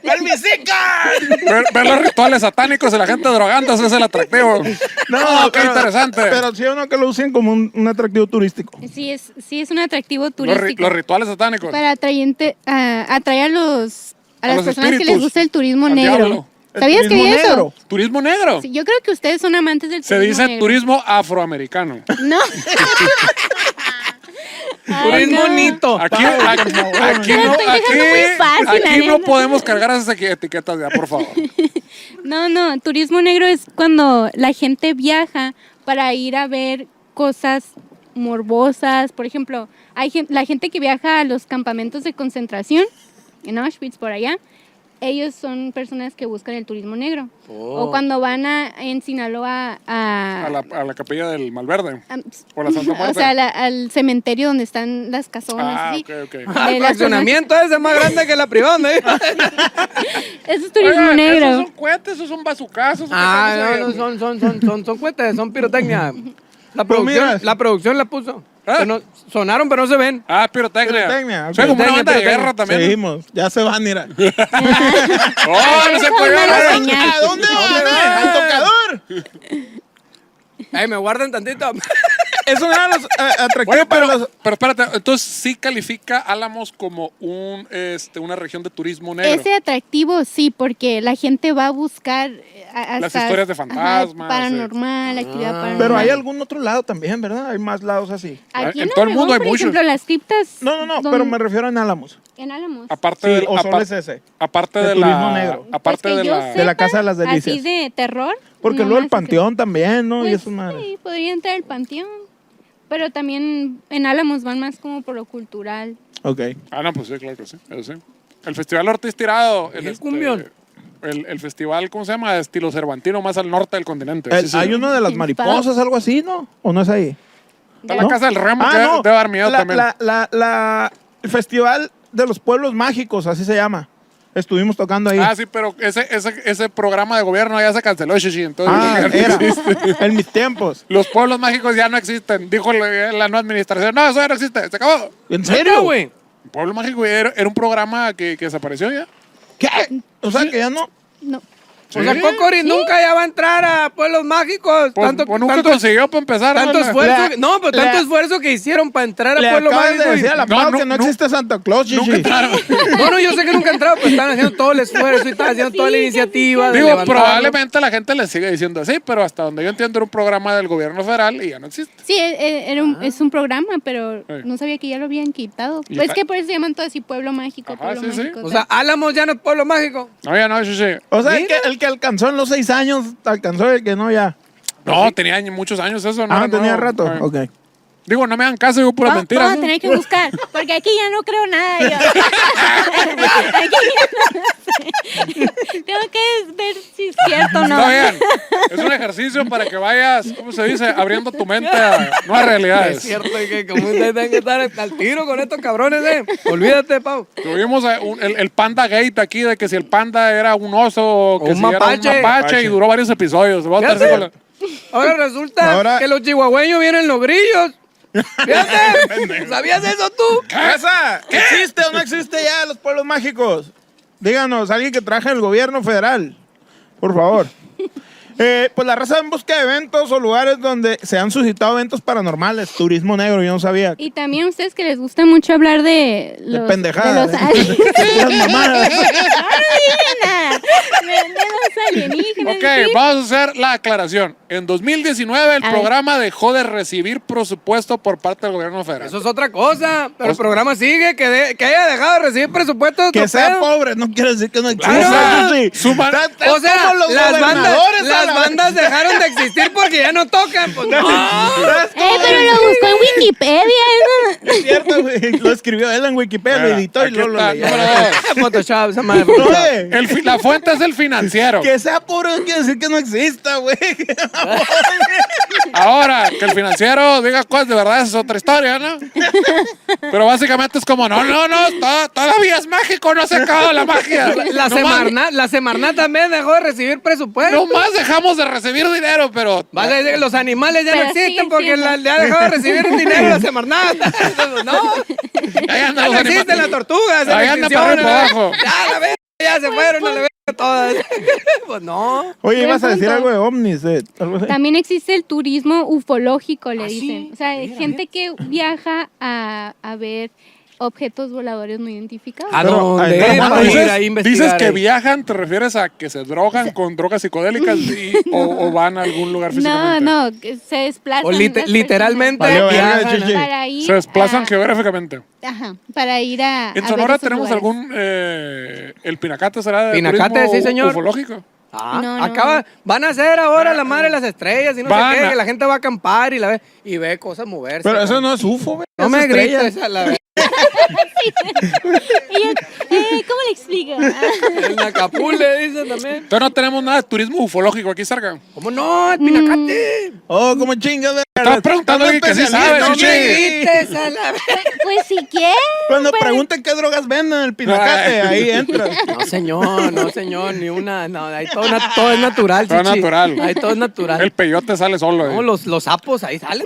Speaker 3: ¡Cuál visica!
Speaker 2: Ver, ver los rituales satánicos de la gente drogándose es el atractivo. No, qué
Speaker 3: pero-
Speaker 2: interesante.
Speaker 3: Pero sí o no que lo usen como un, un atractivo turístico.
Speaker 4: Sí, es, sí, es un atractivo
Speaker 2: Los, ri-
Speaker 4: turístico.
Speaker 2: los rituales satánicos.
Speaker 4: para atrayente, a- atraer a los a,
Speaker 2: A
Speaker 4: las
Speaker 2: los
Speaker 4: personas que
Speaker 2: espíritus.
Speaker 4: les gusta el turismo
Speaker 2: Al
Speaker 4: negro.
Speaker 2: diablo.
Speaker 3: El
Speaker 4: ¿Sabías que
Speaker 3: turismo
Speaker 4: hay
Speaker 3: negro.
Speaker 4: eso?
Speaker 2: Turismo negro.
Speaker 4: Sí, yo creo que ustedes son amantes del
Speaker 2: Se
Speaker 4: turismo
Speaker 2: dice
Speaker 4: negro.
Speaker 2: turismo afroamericano.
Speaker 4: No. Ay,
Speaker 5: Turismo
Speaker 4: no.
Speaker 5: nito.
Speaker 2: Aquí, aquí, aquí
Speaker 4: Me
Speaker 2: no,
Speaker 4: estoy dejando muy fácil,
Speaker 2: aquí, aquí
Speaker 4: la
Speaker 2: no
Speaker 4: neta.
Speaker 2: podemos cargar esas equi- etiquetas ya, por favor.
Speaker 4: No, no, turismo negro es cuando la gente viaja para ir a ver cosas morbosas. Por ejemplo, hay gen- la gente que viaja a los campamentos de concentración en Auschwitz, por allá. Ellos son personas que buscan el turismo negro. O cuando van a, en Sinaloa a...
Speaker 2: Oh. A la, a la capilla del Malverde.
Speaker 4: a-
Speaker 2: o la Santa Muerte.
Speaker 4: o sea, la- al cementerio donde están las casonas.
Speaker 2: Ah,
Speaker 4: así,
Speaker 2: ok, ok.
Speaker 4: de
Speaker 5: Ah, El
Speaker 4: las personas-
Speaker 5: fraccionamiento ese es más grande que la privada. ¿eh? ¿no?
Speaker 4: Eso es turismo
Speaker 2: Oigan,
Speaker 4: negro.
Speaker 2: Esos son cohetes, esos son bazucazos.
Speaker 5: Ah, no, no, son, son, son, son, son cuentas, son pirotecnia. La
Speaker 3: Pues
Speaker 5: producción,
Speaker 3: mira.
Speaker 5: la producción la puso.
Speaker 2: ¿Ah?
Speaker 5: que no- sonaron pero no se ven.
Speaker 2: Ah, pirotecnia.
Speaker 3: Pirotecnia, ok.
Speaker 2: Soy como una
Speaker 5: Pirotecnia,
Speaker 2: banda de
Speaker 5: pirotecnia.
Speaker 2: guerra también.
Speaker 3: Seguimos. Ya se van, mira.
Speaker 2: ¡Oh, no se
Speaker 4: Déjame
Speaker 2: pegó!
Speaker 4: la
Speaker 2: ¿verdad?
Speaker 4: señal.
Speaker 3: ¿A dónde van? eh?
Speaker 5: van?
Speaker 3: ¡Al tocador!
Speaker 5: Ay, me guardan tantito.
Speaker 3: Eso no era los, eh, atractivo
Speaker 2: Oye,
Speaker 3: para
Speaker 2: pero,
Speaker 3: los...
Speaker 2: pero espérate, entonces sí califica Álamos como un, este, una región de turismo negro.
Speaker 4: Ese atractivo sí, porque la gente va a buscar eh, a-
Speaker 2: Las
Speaker 4: hasta-
Speaker 2: historias de
Speaker 4: ajá,
Speaker 2: fantasmas, eh.
Speaker 4: paranormal, actividad paranormal.
Speaker 3: Ah. Pero hay algún otro lado también, ¿verdad? Hay más lados así.
Speaker 4: Aquí
Speaker 2: en
Speaker 4: en,
Speaker 2: todo el
Speaker 4: Obregón,
Speaker 2: mundo hay
Speaker 4: por
Speaker 2: muchos.
Speaker 4: ejemplo, las criptas.
Speaker 3: No, no, no,
Speaker 4: son
Speaker 3: pero me refiero en Álamos.
Speaker 4: En Álamos.
Speaker 2: Aparte
Speaker 3: Sí,
Speaker 2: del-
Speaker 3: o solo
Speaker 2: apar-
Speaker 3: es ese.
Speaker 2: Aparte
Speaker 3: El
Speaker 2: de la
Speaker 3: turismo negro.
Speaker 2: aparte
Speaker 4: Pues que
Speaker 2: de
Speaker 4: yo
Speaker 2: la
Speaker 3: De la Casa de las
Speaker 4: sepa,
Speaker 3: Delicias.
Speaker 4: Así de terror.
Speaker 3: Porque
Speaker 4: no
Speaker 3: luego el
Speaker 4: más así.
Speaker 3: panteón también, ¿no? y
Speaker 4: Pues
Speaker 3: eso madre.
Speaker 4: Sí, podría entrar el panteón. Pero también en Álamos van más como por lo cultural.
Speaker 3: Ok.
Speaker 2: Ah, no, pues sí, claro que sí, eso sí. El Festival Ortiz Tirado, este,
Speaker 5: ¿Y el cumbión?
Speaker 2: el, el festival, ¿cómo se llama? De estilo cervantino más al norte del continente.
Speaker 3: El-
Speaker 2: Sí, sí.
Speaker 3: Eh, hay uno de las
Speaker 4: Sí,
Speaker 3: mariposas, algo así, ¿no? ¿O no es ahí?
Speaker 2: Está la
Speaker 3: ¿No? Ah,
Speaker 2: casa del ramo que
Speaker 3: no.
Speaker 2: debe dar miedo
Speaker 3: la,
Speaker 2: también.
Speaker 3: la- la- la- el Festival de los Pueblos Mágicos, así se llama. Estuvimos tocando ahí.
Speaker 2: Ah, sí, pero ese, ese, ese programa de gobierno ya se canceló, Shishi. Entonces,
Speaker 3: Ah,
Speaker 2: ya no
Speaker 3: era.
Speaker 2: existe.
Speaker 3: En mis tiempos.
Speaker 2: Los pueblos mágicos ya no existen. Dijo la, la nueva administración. No, eso ya no existe. Se acabó.
Speaker 3: ¿En
Speaker 5: Neta,
Speaker 3: serio?
Speaker 5: güey.
Speaker 2: Pueblo Mágico era, era un programa que, que desapareció ya.
Speaker 3: ¿Qué? O sea, que ya no.
Speaker 4: No.
Speaker 5: O sea, Cocorin nunca ya va a entrar a Pueblos Mágicos.
Speaker 2: Pues,
Speaker 5: tanto,
Speaker 2: pues nunca
Speaker 5: tanto-
Speaker 2: consiguió para empezar.
Speaker 5: tanto
Speaker 2: ¿no?
Speaker 5: esfuerzo.
Speaker 3: La-
Speaker 5: que- no, pero tanto
Speaker 3: la-
Speaker 5: esfuerzo que hicieron para entrar
Speaker 3: Le
Speaker 5: a Pueblos
Speaker 3: acabas de
Speaker 5: Mágicos.
Speaker 3: decir a la
Speaker 2: No,
Speaker 3: Pau
Speaker 2: no,
Speaker 3: que no,
Speaker 2: no.
Speaker 3: existe Santa Claus, Gigi.
Speaker 2: Nunca entraron.
Speaker 5: No, no, yo sé que nunca han entrado, pero están haciendo todo el esfuerzo y están haciendo toda la
Speaker 4: Sí,
Speaker 5: iniciativa. de
Speaker 2: Digo,
Speaker 5: levantarlo.
Speaker 2: probablemente la gente le sigue diciendo así, pero hasta donde yo entiendo era un programa del gobierno federal y ya no existe.
Speaker 4: Sí, e- e- era
Speaker 3: Ah.
Speaker 4: un- es un programa, pero
Speaker 2: Eh.
Speaker 4: no sabía que ya lo habían quitado.
Speaker 2: Y-
Speaker 4: Pues es que por eso se llaman todo así Pueblo Mágico,
Speaker 2: Ajá,
Speaker 4: Pueblo
Speaker 2: sí, sí.
Speaker 4: Mágico.
Speaker 5: O sea, Álamos ya no es Pueblo Mágico.
Speaker 2: No, ya no, sí, sí.
Speaker 3: O sea, el que,
Speaker 5: Mira.
Speaker 3: el que alcanzó en los seis años, alcanzó el que no ya.
Speaker 2: No, tenía años- muchos años eso. No,
Speaker 3: Ah,
Speaker 2: era
Speaker 3: tenía
Speaker 2: nuevo.
Speaker 3: rato.
Speaker 2: Eh,
Speaker 3: Ok. Ah,
Speaker 2: Digo, no me hagan caso, digo puras
Speaker 4: Va-
Speaker 2: mentiras.
Speaker 4: Vamos a tener que buscar, porque aquí ya no creo nada. yo. Aquí ya no sé. Tengo que ver si es cierto o no.
Speaker 2: Está bien. Es un ejercicio para que vayas, ¿cómo se dice? Abriendo tu mente a nuevas
Speaker 5: Es
Speaker 2: realidades.
Speaker 5: cierto y que como ustedes tienen que estar al tiro con estos cabrones, eh. Olvídate, Pau.
Speaker 2: Tuvimos eh, un- el, el Panda Gate aquí, de que si el panda era un oso, que
Speaker 5: un
Speaker 2: si era
Speaker 5: mapache.
Speaker 2: un mapache, y duró varios episodios. Voy a
Speaker 5: Fíjate.
Speaker 2: estar con la-
Speaker 5: Ahora resulta
Speaker 3: Ahora-
Speaker 5: que los chihuahueños vienen los grillos. Fíjate, ¿sabías eso tú?
Speaker 3: Raza, ¿existe o no existe ya los pueblos mágicos? Díganos, alguien que traje el gobierno federal, por favor. Eh, pues la raza en busca de eventos o lugares donde se han suscitado eventos paranormales, turismo negro, yo no sabía.
Speaker 4: Y también a ustedes que les gusta mucho hablar de los...
Speaker 3: De pendejadas.
Speaker 4: de los aliens.
Speaker 2: ¿eh?
Speaker 3: Las mamadas.
Speaker 4: No, no dije nada. De, de los alienígenas.
Speaker 2: Ok,
Speaker 4: sí.
Speaker 2: vamos a hacer la aclaración. En 2019 el
Speaker 4: A ver.
Speaker 2: programa dejó de recibir presupuesto por parte del gobierno federal.
Speaker 5: Eso es otra cosa. Pero el programa sigue, que, de- que haya dejado de recibir presupuesto.
Speaker 3: Que
Speaker 5: otro
Speaker 3: sea
Speaker 5: pedo.
Speaker 3: pobre no quiere decir que no existe.
Speaker 5: Claro.
Speaker 3: Sí.
Speaker 2: Suman-
Speaker 3: Tan- tan
Speaker 5: O sea,
Speaker 3: como los
Speaker 5: las bandas,
Speaker 3: gobernadores a
Speaker 5: las
Speaker 3: la-
Speaker 5: bandas dejaron de existir porque ya no tocan. Pues,
Speaker 3: Ah.
Speaker 5: no.
Speaker 4: Eh, pero lo buscó en Wikipedia. ¿no?
Speaker 3: Es cierto, güey. Lo escribió él en Wikipedia, lo
Speaker 2: Mira,
Speaker 3: editó y
Speaker 2: Ah, aquí
Speaker 3: luego lo
Speaker 2: está,
Speaker 3: leyó.
Speaker 2: número dos.
Speaker 5: Photoshop, esa madre. Photoshop.
Speaker 3: Oye,
Speaker 2: El fi- la fuente es el financiero.
Speaker 3: Que sea pobre no quiere decir que no exista, güey.
Speaker 2: Ahora, que el financiero diga cosas de verdad es otra historia, ¿no? Pero básicamente es como, no, no, no, to- todavía es mágico, no se acaba la magia. No
Speaker 5: La,
Speaker 2: más-
Speaker 5: Semarnat, la Semarnat también dejó de recibir presupuesto.
Speaker 2: No más dejamos de recibir dinero, pero...
Speaker 5: Vale, dice que los animales ya
Speaker 4: Pero
Speaker 5: no existen
Speaker 4: siguen
Speaker 5: porque
Speaker 4: siendo.
Speaker 5: la, le ha dejado de recibir el dinero la Semarnat. No,
Speaker 2: Ahí andan
Speaker 5: ya no
Speaker 2: los
Speaker 5: existen
Speaker 2: anima-
Speaker 5: las tortugas. en
Speaker 2: Ahí anda
Speaker 5: extinción,
Speaker 2: para arriba y para
Speaker 5: ¿no?
Speaker 2: abajo.
Speaker 5: Ya, la verga, ya se fueron a la verga todas. Pues no.
Speaker 3: Oye,
Speaker 4: Buen
Speaker 3: ibas a decir
Speaker 4: punto.
Speaker 3: algo de ovnis, eh, algo así.
Speaker 4: También existe el turismo ufológico, le
Speaker 5: ¿Ah, sí?
Speaker 4: dicen. O sea, gente que viaja a, a ver objetos voladores no identificados.
Speaker 5: ¿A
Speaker 3: Pero,
Speaker 5: dónde?
Speaker 3: ay, pero
Speaker 5: Para
Speaker 3: cuando
Speaker 5: ir
Speaker 2: dices,
Speaker 5: a
Speaker 2: dices
Speaker 5: investigar
Speaker 2: que
Speaker 5: ahí.
Speaker 2: viajan, ¿te refieres a que se drogan con drogas psicodélicas y- o, o van a algún lugar
Speaker 4: No,
Speaker 2: físicamente?
Speaker 4: no, que se desplazan.
Speaker 5: O lite-
Speaker 4: las
Speaker 5: literalmente
Speaker 3: Valió verga,
Speaker 5: viajan.
Speaker 3: Chichi.
Speaker 4: personas Para ir
Speaker 2: Se desplazan
Speaker 4: a-
Speaker 2: geográficamente.
Speaker 4: Ajá, para ir a. a
Speaker 2: En
Speaker 4: ver
Speaker 2: Sonora
Speaker 4: esos
Speaker 2: tenemos
Speaker 4: lugares.
Speaker 2: algún... eh, el Pinacate será de
Speaker 5: Pinacate,
Speaker 2: turismo
Speaker 5: sí, señor.
Speaker 2: ufológico.
Speaker 5: Ah,
Speaker 4: No, no.
Speaker 5: acaba- van a hacer ahora la madre de las estrellas y no
Speaker 2: Van
Speaker 5: sé qué,
Speaker 2: a-
Speaker 5: que la gente va a acampar y la ve y ve cosas moverse.
Speaker 3: Pero eso no es UFO, güey.
Speaker 5: No
Speaker 3: es
Speaker 5: me
Speaker 3: estrella.
Speaker 5: grites a la
Speaker 4: Y yo, eh, ¿Cómo le explico? Ah,
Speaker 5: en Acapulco le dicen también.
Speaker 2: Entonces no tenemos nada de turismo ufológico aquí cerca.
Speaker 5: ¿Cómo no? El pinacate.
Speaker 3: Oh, como chingas, güey.
Speaker 2: Estás preguntando a alguien que Mm. sí sabe,
Speaker 5: No me
Speaker 2: Chichi.
Speaker 5: grites a la
Speaker 4: pues si quieres.
Speaker 3: Cuando preguntan qué drogas venden en el pinacate,
Speaker 2: Ay.
Speaker 3: ahí entra.
Speaker 5: No, señor, no, señor, ni una. No, ahí todo, na- todo es natural,
Speaker 2: Todo
Speaker 5: Chichi.
Speaker 2: natural.
Speaker 5: Ahí todo es natural.
Speaker 2: El peyote sale solo. eh.
Speaker 5: No, los, los sapos ahí salen.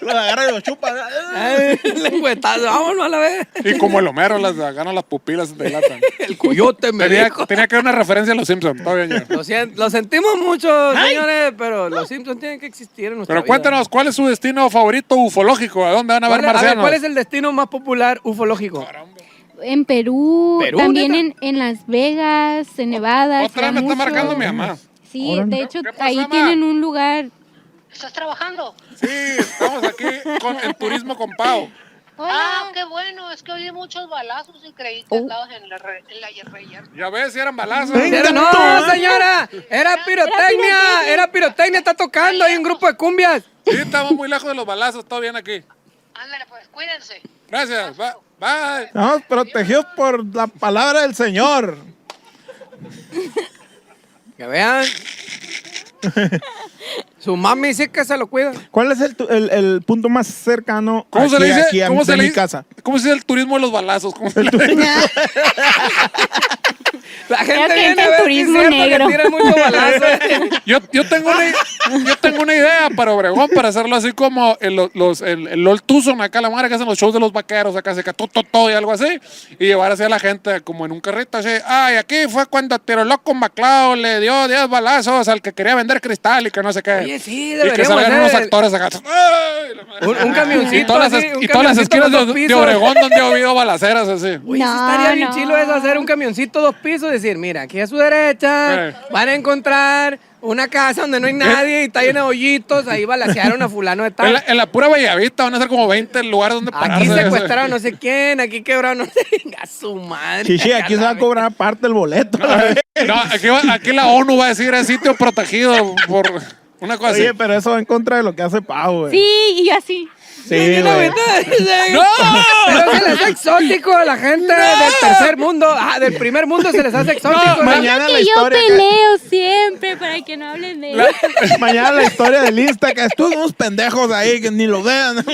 Speaker 3: Lo agarra y lo chupa.
Speaker 5: Ay, Lengüetazo, vámonos a la vez.
Speaker 2: Y como el Homero, las ganan las pupilas se te dilatan.
Speaker 5: El coyote me
Speaker 2: Tenía,
Speaker 5: dijo.
Speaker 2: tenía que haber una referencia a los Simpsons. Está bien, ya.
Speaker 5: Lo, sien- lo sentimos mucho, señores, pero los Simpsons tienen que existir en nuestra
Speaker 2: Pero cuéntanos, ¿cuál es su destino favorito ufológico? ¿A dónde van a
Speaker 5: vida.
Speaker 2: ver
Speaker 5: ¿Cuál, es- a ver,
Speaker 2: marcianos?
Speaker 5: ¿cuál es el destino más popular ufológico?
Speaker 4: En Perú,
Speaker 5: ¿Perú,
Speaker 4: también en,
Speaker 5: neta?
Speaker 4: en Las Vegas, en Nevada. se
Speaker 2: Otra
Speaker 4: da
Speaker 2: vez me está
Speaker 4: mucho.
Speaker 2: marcando mi mamá.
Speaker 4: Sí,
Speaker 3: Órale.
Speaker 4: de hecho,
Speaker 2: ¿Qué pasó,
Speaker 4: ahí
Speaker 2: mamá?
Speaker 4: tienen un lugar.
Speaker 6: ¿Estás trabajando?
Speaker 2: Sí, estamos aquí con el turismo con Pau.
Speaker 6: Ah, qué bueno, es que oí muchos balazos y creí que estabas en la, re- en la yerreyer.
Speaker 2: Ya ves, si eran balazos.
Speaker 3: Venga.
Speaker 5: Pero no,
Speaker 3: tú, ¿eh?
Speaker 5: señora, era pirotecnia, era pirotecnia, está tocando, hay un grupo de cumbias.
Speaker 2: Sí, estamos muy lejos de los balazos. Todo bien aquí.
Speaker 6: Ándale, pues cuídense.
Speaker 2: Gracias. ba- Bye.
Speaker 3: Estamos protegidos por la palabra del Señor.
Speaker 5: Que vean. Su mami sí que se lo cuida.
Speaker 3: ¿Cuál es el, tu- el, el punto más cercano
Speaker 2: ¿Cómo se
Speaker 3: aquí-
Speaker 2: le dice?
Speaker 3: aquí a
Speaker 2: ¿Cómo se
Speaker 3: de
Speaker 2: le
Speaker 3: mi
Speaker 2: dice?
Speaker 3: casa?
Speaker 2: ¿Cómo se dice el turismo de los balazos? ¿Cómo se le
Speaker 5: La
Speaker 4: Creo
Speaker 5: gente
Speaker 4: que
Speaker 5: viene
Speaker 4: entra
Speaker 5: a
Speaker 4: el
Speaker 5: ver si es
Speaker 4: turismo
Speaker 5: cierto
Speaker 4: negro.
Speaker 5: que tiran mucho balazo.
Speaker 2: Yo, yo, tengo una, i- yo tengo una idea para Obregón, para hacerlo así como el, lo- los, el, el LOL Tucson, acá la madre que hacen los shows de los vaqueros, acá se todo, todo y algo así, y llevar así a la gente como en un carrito, así, ay, aquí fue cuando Tiro Loco MacLeod le dio 10 balazos al que quería vender cristal y que no sé qué.
Speaker 5: Oye, sí,
Speaker 2: Y que
Speaker 5: deberíamos
Speaker 2: salgan
Speaker 5: hacer
Speaker 2: unos
Speaker 5: el-
Speaker 2: actores acá. ¡ay! la madre.
Speaker 5: Un, un camioncito.
Speaker 2: Y todas las,
Speaker 5: así,
Speaker 2: es-
Speaker 5: un
Speaker 2: y todas las
Speaker 5: camioncito
Speaker 2: esquinas
Speaker 5: con
Speaker 2: de,
Speaker 5: dos
Speaker 2: de
Speaker 5: pisos.
Speaker 2: Obregón donde ha habido balaceras así.
Speaker 5: Uy, sí
Speaker 4: No,
Speaker 5: estaría bien
Speaker 4: no.
Speaker 5: chilo eso, hacer un camioncito dos pisos y decir, mira, aquí a su derecha
Speaker 2: Eh.
Speaker 5: van a encontrar una casa donde no hay nadie y está llena de hoyitos, ahí balacearon a fulano de
Speaker 2: En la, Ah,
Speaker 5: tal.
Speaker 2: en la pura Bellavista van a ser como 20 lugares donde
Speaker 5: Aquí
Speaker 2: pararse.
Speaker 5: secuestraron no sé quién, aquí quebraron no sé a su madre.
Speaker 3: Chichi, aquí se va a cobrar aparte el boleto. la verga.
Speaker 2: No, aquí, va- aquí la ONU va a decir es sitio protegido por una cosa
Speaker 3: Oye,
Speaker 2: así.
Speaker 3: pero eso va en contra de lo que hace Pau,
Speaker 2: Pues.
Speaker 3: güey.
Speaker 4: Sí, y yo así.
Speaker 3: Sí, güey.
Speaker 5: ¡No! Pero se les hace exótico a la gente del tercer mundo. Ah, del primer mundo se les hace exótico. ¿no?
Speaker 3: Mañana la
Speaker 4: que yo
Speaker 3: historia.
Speaker 4: peleo siempre para que no hablen de
Speaker 2: La-
Speaker 4: eso.
Speaker 3: Mañana la historia del Insta, que estuvimos pendejos ahí, que ni lo vean.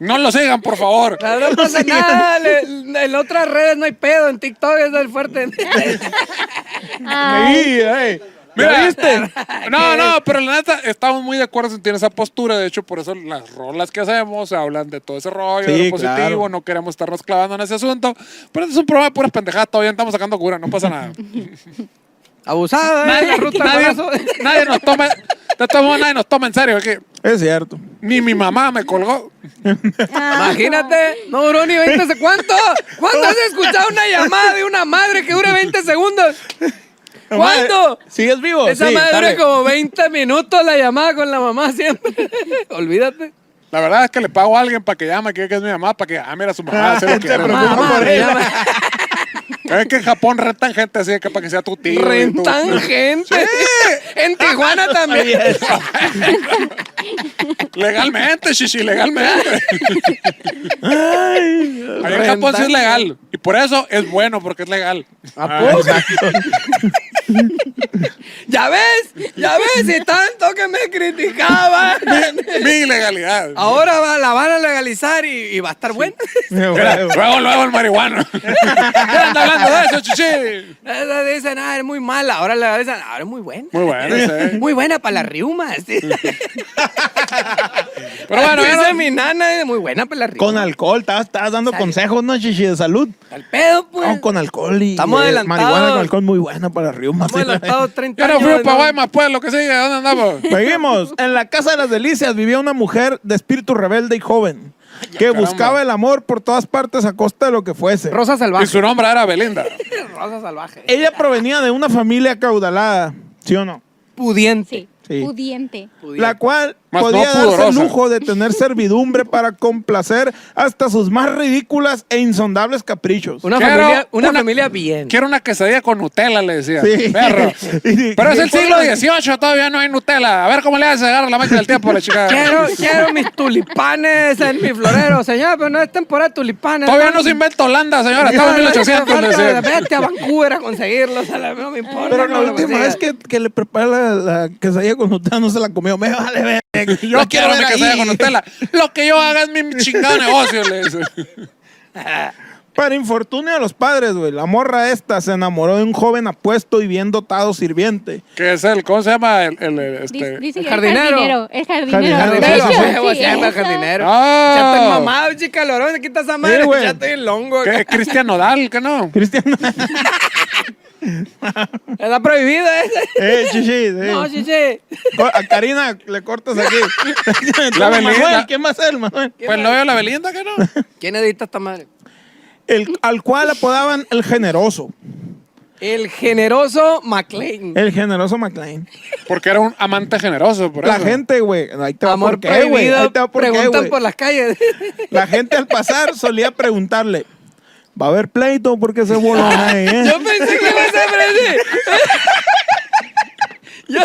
Speaker 2: No lo sigan, por favor.
Speaker 5: No, no pasa nada, le- le- en otras redes no hay pedo, en TikTok es el fuerte.
Speaker 4: Ay,
Speaker 3: Sí, ay.
Speaker 2: Mira, No, no, pero la neta, estamos muy de acuerdo en tener esa postura. De hecho, por eso las rolas que hacemos hablan de todo ese rollo,
Speaker 3: Sí,
Speaker 2: de lo positivo.
Speaker 3: claro.
Speaker 2: No queremos estarnos clavando en ese asunto. Pero este es un programa de puras pendejadas. Todavía estamos sacando cura, no pasa nada.
Speaker 5: Abusado, ¿eh? La ruta al
Speaker 2: nadie,
Speaker 5: balazo.
Speaker 2: nadie nos toma. De todos modos, nadie nos toma en serio. aquí.
Speaker 3: Es cierto.
Speaker 2: ni mi mamá me colgó.
Speaker 4: ah,
Speaker 5: Imagínate, no duró ni 20 segundos. ¿Cuánto? ¿Cuánto has escuchado una llamada de una madre que dura 20 segundos? ¿Cuándo?
Speaker 3: ¿Sigues vivo?
Speaker 5: Esa
Speaker 3: Oh, Sí,
Speaker 5: madre
Speaker 3: dale.
Speaker 5: dura como 20 minutos la llamada con la mamá siempre. Olvídate.
Speaker 2: La verdad es que le pago a alguien para que llame, que que es mi mamá, para que llame a su mamá.
Speaker 3: Ah,
Speaker 2: se lo
Speaker 3: te
Speaker 2: quiere.
Speaker 3: preocupa por
Speaker 5: me
Speaker 3: ella.
Speaker 5: llama.
Speaker 2: Es que en Japón rentan gente así, que para que sea tu tío. y tu-
Speaker 5: Rentan gente. En Tijuana también.
Speaker 2: Legalmente, shishi, legalmente.
Speaker 3: Ay,
Speaker 2: Ahí en Japón sí es
Speaker 5: Rentan.
Speaker 2: legal. Y por eso es bueno, porque es legal.
Speaker 5: ¿A poco? ¿Ya ves? ¿Ya ves? Y tanto que me criticaban.
Speaker 2: Mi ilegalidad.
Speaker 5: Ahora va- la van a legalizar y, y va a estar bueno.
Speaker 3: me
Speaker 2: Mira,
Speaker 3: huevo.
Speaker 2: luego, luego el marihuano. ¿Qué anda hablando de eso, chichi?
Speaker 5: Esa Dicen, ah, es muy mala. Ahora la dicen, ahora es muy buena.
Speaker 2: Muy bueno, ese.
Speaker 5: Muy buena para las riumas.
Speaker 2: Pero bueno, ya
Speaker 5: esa
Speaker 2: no-
Speaker 5: mi nana es muy buena para las riumas.
Speaker 3: Con alcohol, estabas, estabas dando
Speaker 5: Sale.
Speaker 3: consejos, ¿no, Chichi? De salud.
Speaker 5: Al pedo, pues.
Speaker 3: No, con alcohol y
Speaker 5: Estamos
Speaker 3: y
Speaker 5: adelantados.
Speaker 3: marihuana con alcohol muy buena para Riuma.
Speaker 5: Estamos adelantados 30
Speaker 2: Ya
Speaker 5: años.
Speaker 2: no fui
Speaker 5: ¿no?
Speaker 2: para Guaymas, pues, lo que sigue, ¿dónde andamos?
Speaker 3: Seguimos. En la Casa de las Delicias vivía una mujer de espíritu rebelde y joven que
Speaker 2: caramba.
Speaker 3: buscaba el amor por todas partes a costa de lo que fuese.
Speaker 5: Rosa
Speaker 2: Y
Speaker 5: salvaje.
Speaker 2: su nombre era Belinda.
Speaker 5: Rosa salvaje.
Speaker 3: Ella provenía de una familia acaudalada, ¿sí o no?
Speaker 5: Pudiente.
Speaker 4: sí,
Speaker 3: Sí.
Speaker 4: pudiente.
Speaker 5: Pudiente.
Speaker 3: La cual
Speaker 2: Más no
Speaker 3: podía darse el
Speaker 2: pudorosa.
Speaker 3: lujo de tener servidumbre para complacer hasta sus más ridículas e insondables caprichos.
Speaker 5: Una,
Speaker 2: Quiero
Speaker 5: familia, una,
Speaker 2: una-
Speaker 5: familia bien.
Speaker 2: Quiero una quesadilla con Nutella, le decía.
Speaker 3: Sí.
Speaker 2: Perro.
Speaker 3: Y-
Speaker 2: Pero es
Speaker 3: y-
Speaker 2: el siglo XVIII, todavía no hay Nutella. A ver cómo le hace agarrar la máquina del tiempo a la chica.
Speaker 5: Quiero, quiero mis tulipanes en mi florero, señor, pero no es temporada de tulipanes.
Speaker 2: Todavía
Speaker 5: Están-
Speaker 2: no se inventa Holanda, señora. Estaba en
Speaker 5: No, no, no,
Speaker 2: 1800. le
Speaker 5: falta,
Speaker 2: decía.
Speaker 5: Vete a Vancouver a conseguirlos, a la, no me importa.
Speaker 3: Pero
Speaker 5: no
Speaker 3: la
Speaker 5: lo
Speaker 3: última
Speaker 5: consigas.
Speaker 3: vez que, que le prepara la, la quesadilla con Nutella no se la comió. Me vale ver.
Speaker 2: Yo quiero mi quesadilla con Nutella. Lo que yo haga es mi chingado negocio, le dice.
Speaker 3: Para infortunio de los padres, güey, la morra esta se enamoró de un joven apuesto y bien dotado sirviente.
Speaker 2: Que es el, ¿cómo se llama? El, el,
Speaker 4: Di-
Speaker 2: este,
Speaker 4: dice
Speaker 5: el
Speaker 4: que
Speaker 5: jardinero.
Speaker 4: El
Speaker 3: Jardinero,
Speaker 4: jardinero. El jardinero.
Speaker 3: sí,
Speaker 4: De
Speaker 5: Pero,
Speaker 3: sí,
Speaker 4: hecho,
Speaker 5: huevo,
Speaker 4: sí,
Speaker 5: siempre
Speaker 4: es-
Speaker 5: jardinero.
Speaker 2: Ah.
Speaker 5: Ya estoy mamado, chica, lorón, aquí está esa madre,
Speaker 3: güey.
Speaker 5: ya estoy longo.
Speaker 2: que es Cristian Nodal, que no.
Speaker 3: Cristian.
Speaker 5: Está prohibido ese.
Speaker 3: eh, chichi, eh.
Speaker 5: No, chiche.
Speaker 3: Co- A Karina le cortas aquí.
Speaker 2: La
Speaker 3: la
Speaker 2: Belinda.
Speaker 3: Manuel, ¿quién va a ser, Manuel?
Speaker 2: Pues no veo la Belinda, que no.
Speaker 5: ¿Quién edita esta madre?
Speaker 3: El, al cual apodaban el generoso.
Speaker 5: El generoso McLean.
Speaker 3: El generoso McLean.
Speaker 2: Porque era un amante generoso, por
Speaker 3: La
Speaker 2: eso.
Speaker 3: gente, güey. Ahí te Este va
Speaker 5: Amor
Speaker 3: por qué, güey. Ahí
Speaker 5: prohibido.
Speaker 3: te va por qué,
Speaker 5: Preguntan
Speaker 3: güey.
Speaker 5: por las calles.
Speaker 3: La gente al pasar solía preguntarle, ¿va a haber pleito porque se voló ahí, eh?"
Speaker 5: Yo pensé que iba a ser Freddy. Yo,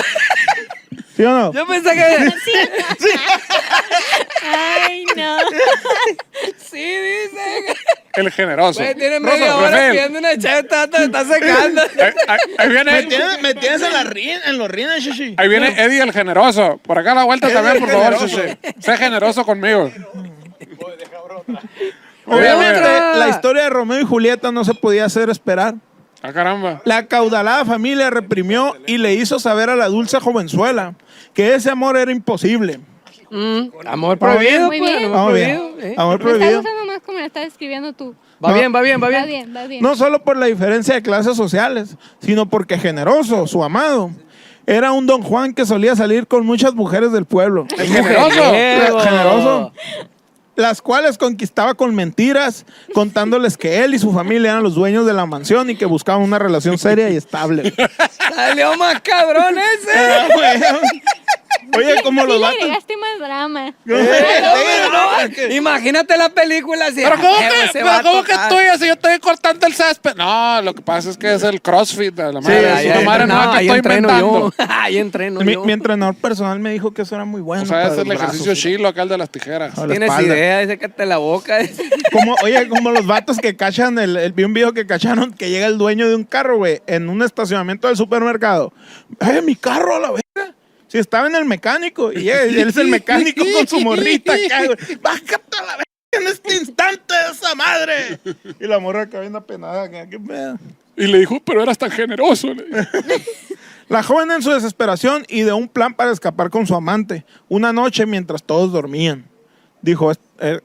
Speaker 3: ¿Sí o no?
Speaker 5: yo pensé que.
Speaker 4: Ay, no.
Speaker 5: Sí, dice.
Speaker 2: El generoso.
Speaker 5: Güey, tiene
Speaker 2: Rosa,
Speaker 5: media hora
Speaker 2: Rafael,
Speaker 5: pidiendo una cheta, te está secando.
Speaker 2: ahí, Eh, ahí- ahí
Speaker 3: Me
Speaker 2: viene,
Speaker 3: tienes, me tienes en, la rin- en los rines, Shishi.
Speaker 2: ahí viene Eddie el generoso. Por acá a la vuelta
Speaker 3: Eddie
Speaker 2: también,
Speaker 3: el
Speaker 2: por favor,
Speaker 3: generoso.
Speaker 2: Chuchi. Sé generoso conmigo.
Speaker 3: Obviamente,
Speaker 5: Otra.
Speaker 3: eh, la historia de Romeo y Julieta no se podía hacer esperar.
Speaker 2: Ah, caramba.
Speaker 3: La acaudalada familia reprimió y le hizo saber a la dulce jovenzuela que ese amor era imposible.
Speaker 5: Mm, amor prohibido,
Speaker 4: Muy
Speaker 5: pues,
Speaker 4: bien.
Speaker 5: amor
Speaker 3: Vamos bien.
Speaker 5: prohibido, eh.
Speaker 3: Amor
Speaker 4: Me está
Speaker 3: prohibido.
Speaker 4: gustando más como lo estás escribiendo tú.
Speaker 5: Va
Speaker 3: No.
Speaker 5: bien, va bien,
Speaker 4: Va
Speaker 5: va bien.
Speaker 4: bien, va bien.
Speaker 3: No solo por la diferencia de clases sociales, sino porque generoso, su amado, era un don Juan que solía salir con muchas mujeres del pueblo.
Speaker 2: El generoso.
Speaker 5: Diego.
Speaker 3: Generoso. las cuales conquistaba con mentiras, contándoles que él y su familia eran los dueños de la mansión y que buscaban una relación seria y estable.
Speaker 5: Salió más cabrón ese.
Speaker 3: Ah, güey. Oye, como
Speaker 4: Sí
Speaker 3: los
Speaker 4: le
Speaker 3: vatos.
Speaker 4: agregaste más drama.
Speaker 5: Pero Eh, no, Imagínate la película así.
Speaker 2: Pero ¿cómo
Speaker 5: "Ah,
Speaker 2: que,
Speaker 5: ese
Speaker 2: pero
Speaker 5: vato
Speaker 2: ¿cómo que
Speaker 5: está-
Speaker 2: tú y si yo estoy cortando el césped? No, lo que pasa es que es el crossfit de la madre.
Speaker 5: ahí
Speaker 2: es una
Speaker 5: entra-
Speaker 2: madre nueva
Speaker 5: no,
Speaker 2: que
Speaker 5: ahí
Speaker 2: estoy
Speaker 5: entreno
Speaker 2: inventando.
Speaker 5: yo. Ahí entreno
Speaker 3: Mi,
Speaker 5: yo.
Speaker 3: mi entrenador personal me dijo que eso era muy bueno.
Speaker 2: O sea, es
Speaker 3: para
Speaker 2: el
Speaker 3: los brazos.
Speaker 2: ejercicio chilo acá, el de las tijeras.
Speaker 3: Ahora- la
Speaker 5: Tienes
Speaker 3: espalda.
Speaker 5: idea, dice que te la boca. dice.
Speaker 3: Como, oye, como los vatos que cachan, el, el- vi un video que cacharon que llega el dueño de un carro, güey, en un estacionamiento del supermercado. ¡Eh, mi carro a la verga! Si estaba en el mecánico, y llega- y él es el mecánico con su morrita acá, güey. ¡Bájate a la verga en este instante de esa madre! Y la morra acá bien apenada, acá, ¿qué pedo?
Speaker 2: Y le dijo, pero eras tan generoso. le dijo.
Speaker 3: La joven en su desesperación y de un plan para escapar con su amante, una noche mientras todos dormían. Dijo, "Es- eh,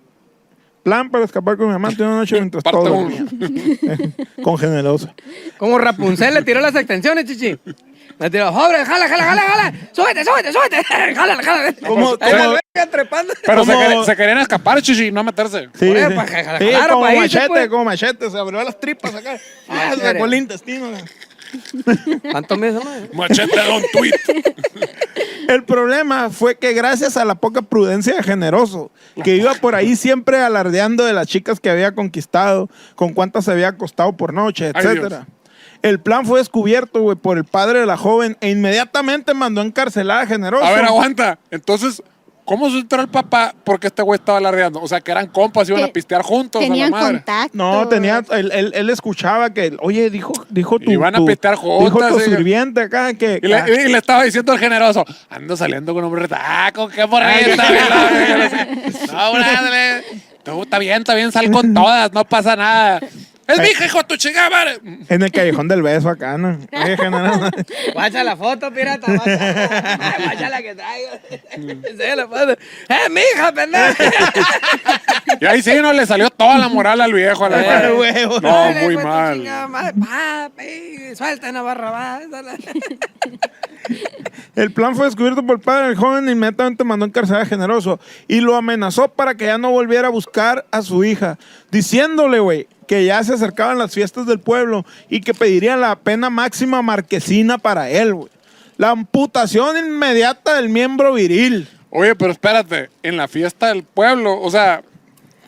Speaker 3: plan para escapar con mi amante una noche mientras
Speaker 2: Parte
Speaker 3: todos
Speaker 2: uno.
Speaker 3: dormían. con generoso.
Speaker 5: Como Rapunzel le tiró las extensiones, chichi. Le tiró, joder, jala, jala, jala, jala. Súbete, súbete, súbete. Jala, jala.
Speaker 3: Como-
Speaker 5: Ahí la
Speaker 3: como-
Speaker 5: verga trepando.
Speaker 2: Pero se,
Speaker 3: Como-
Speaker 2: quer- se querían escapar, chichi, no a meterse.
Speaker 3: Sí,
Speaker 5: Joder,
Speaker 3: sí.
Speaker 5: pa' ja- ja-
Speaker 3: Sí,
Speaker 5: jalar
Speaker 3: como
Speaker 5: pa' irse,
Speaker 3: machete,
Speaker 5: pues.
Speaker 3: como machete, se abrió las tripas acá. Ah,
Speaker 5: chévere.
Speaker 3: sacó el intestino.
Speaker 5: ¿Cuánto me esa madre?
Speaker 2: Machete don tweet.
Speaker 3: El problema fue que gracias a la poca prudencia de generoso, que iba por ahí siempre alardeando de las chicas que había conquistado, con cuántas se había acostado por noche,
Speaker 2: Ay, Dios.
Speaker 3: etcétera. El plan fue descubierto, güey, por el padre de la joven e inmediatamente mandó a encarcelar a Generoso.
Speaker 2: A ver, aguanta. Entonces, ¿cómo se enteró el papá? Porque este güey estaba lardeando. O sea, que eran compas, iban
Speaker 4: Te-
Speaker 2: a pistear juntos a la
Speaker 4: Tenían
Speaker 2: madre.
Speaker 4: contacto.
Speaker 3: No, tenía, él, él- él escuchaba que, oye, dijo, dijo tu,
Speaker 2: Y van a
Speaker 3: tu-
Speaker 2: pistear
Speaker 3: dijo
Speaker 2: juntas,
Speaker 3: tu
Speaker 2: diga.
Speaker 3: sirviente acá que...
Speaker 2: Y le, y le estaba diciendo al generoso, ando saliendo con un hombre taco, qué morrita. no, brother. Tú, está bien, está bien, sal con todas, no pasa nada. Es mi hija, hijo de tu chingada madre.
Speaker 3: En el callejón del beso acá, ¿no? Oye, Generoso.
Speaker 5: Guacha la foto, pirata. Guacha, Ay, guacha la que traigo.
Speaker 2: Mm.
Speaker 5: Sí, la foto. ¡Eh, mija, pendejo!
Speaker 2: Y ahí sí, no le salió toda la moral al viejo. A la madre.
Speaker 3: huevo.
Speaker 2: No, muy
Speaker 5: Hijo de tu
Speaker 2: mal.
Speaker 5: chingada madre. Papi, suelta una barra más.
Speaker 3: El plan fue descubierto por el padre del joven e inmediatamente mandó a encarcelar a Generoso y lo amenazó para que ya no volviera a buscar a su hija, diciéndole, güey, que ya se acercaban las fiestas del pueblo y que pediría la pena máxima marquesina para él, güey. La amputación inmediata del miembro viril.
Speaker 2: Oye, pero espérate, en la fiesta del pueblo, o sea,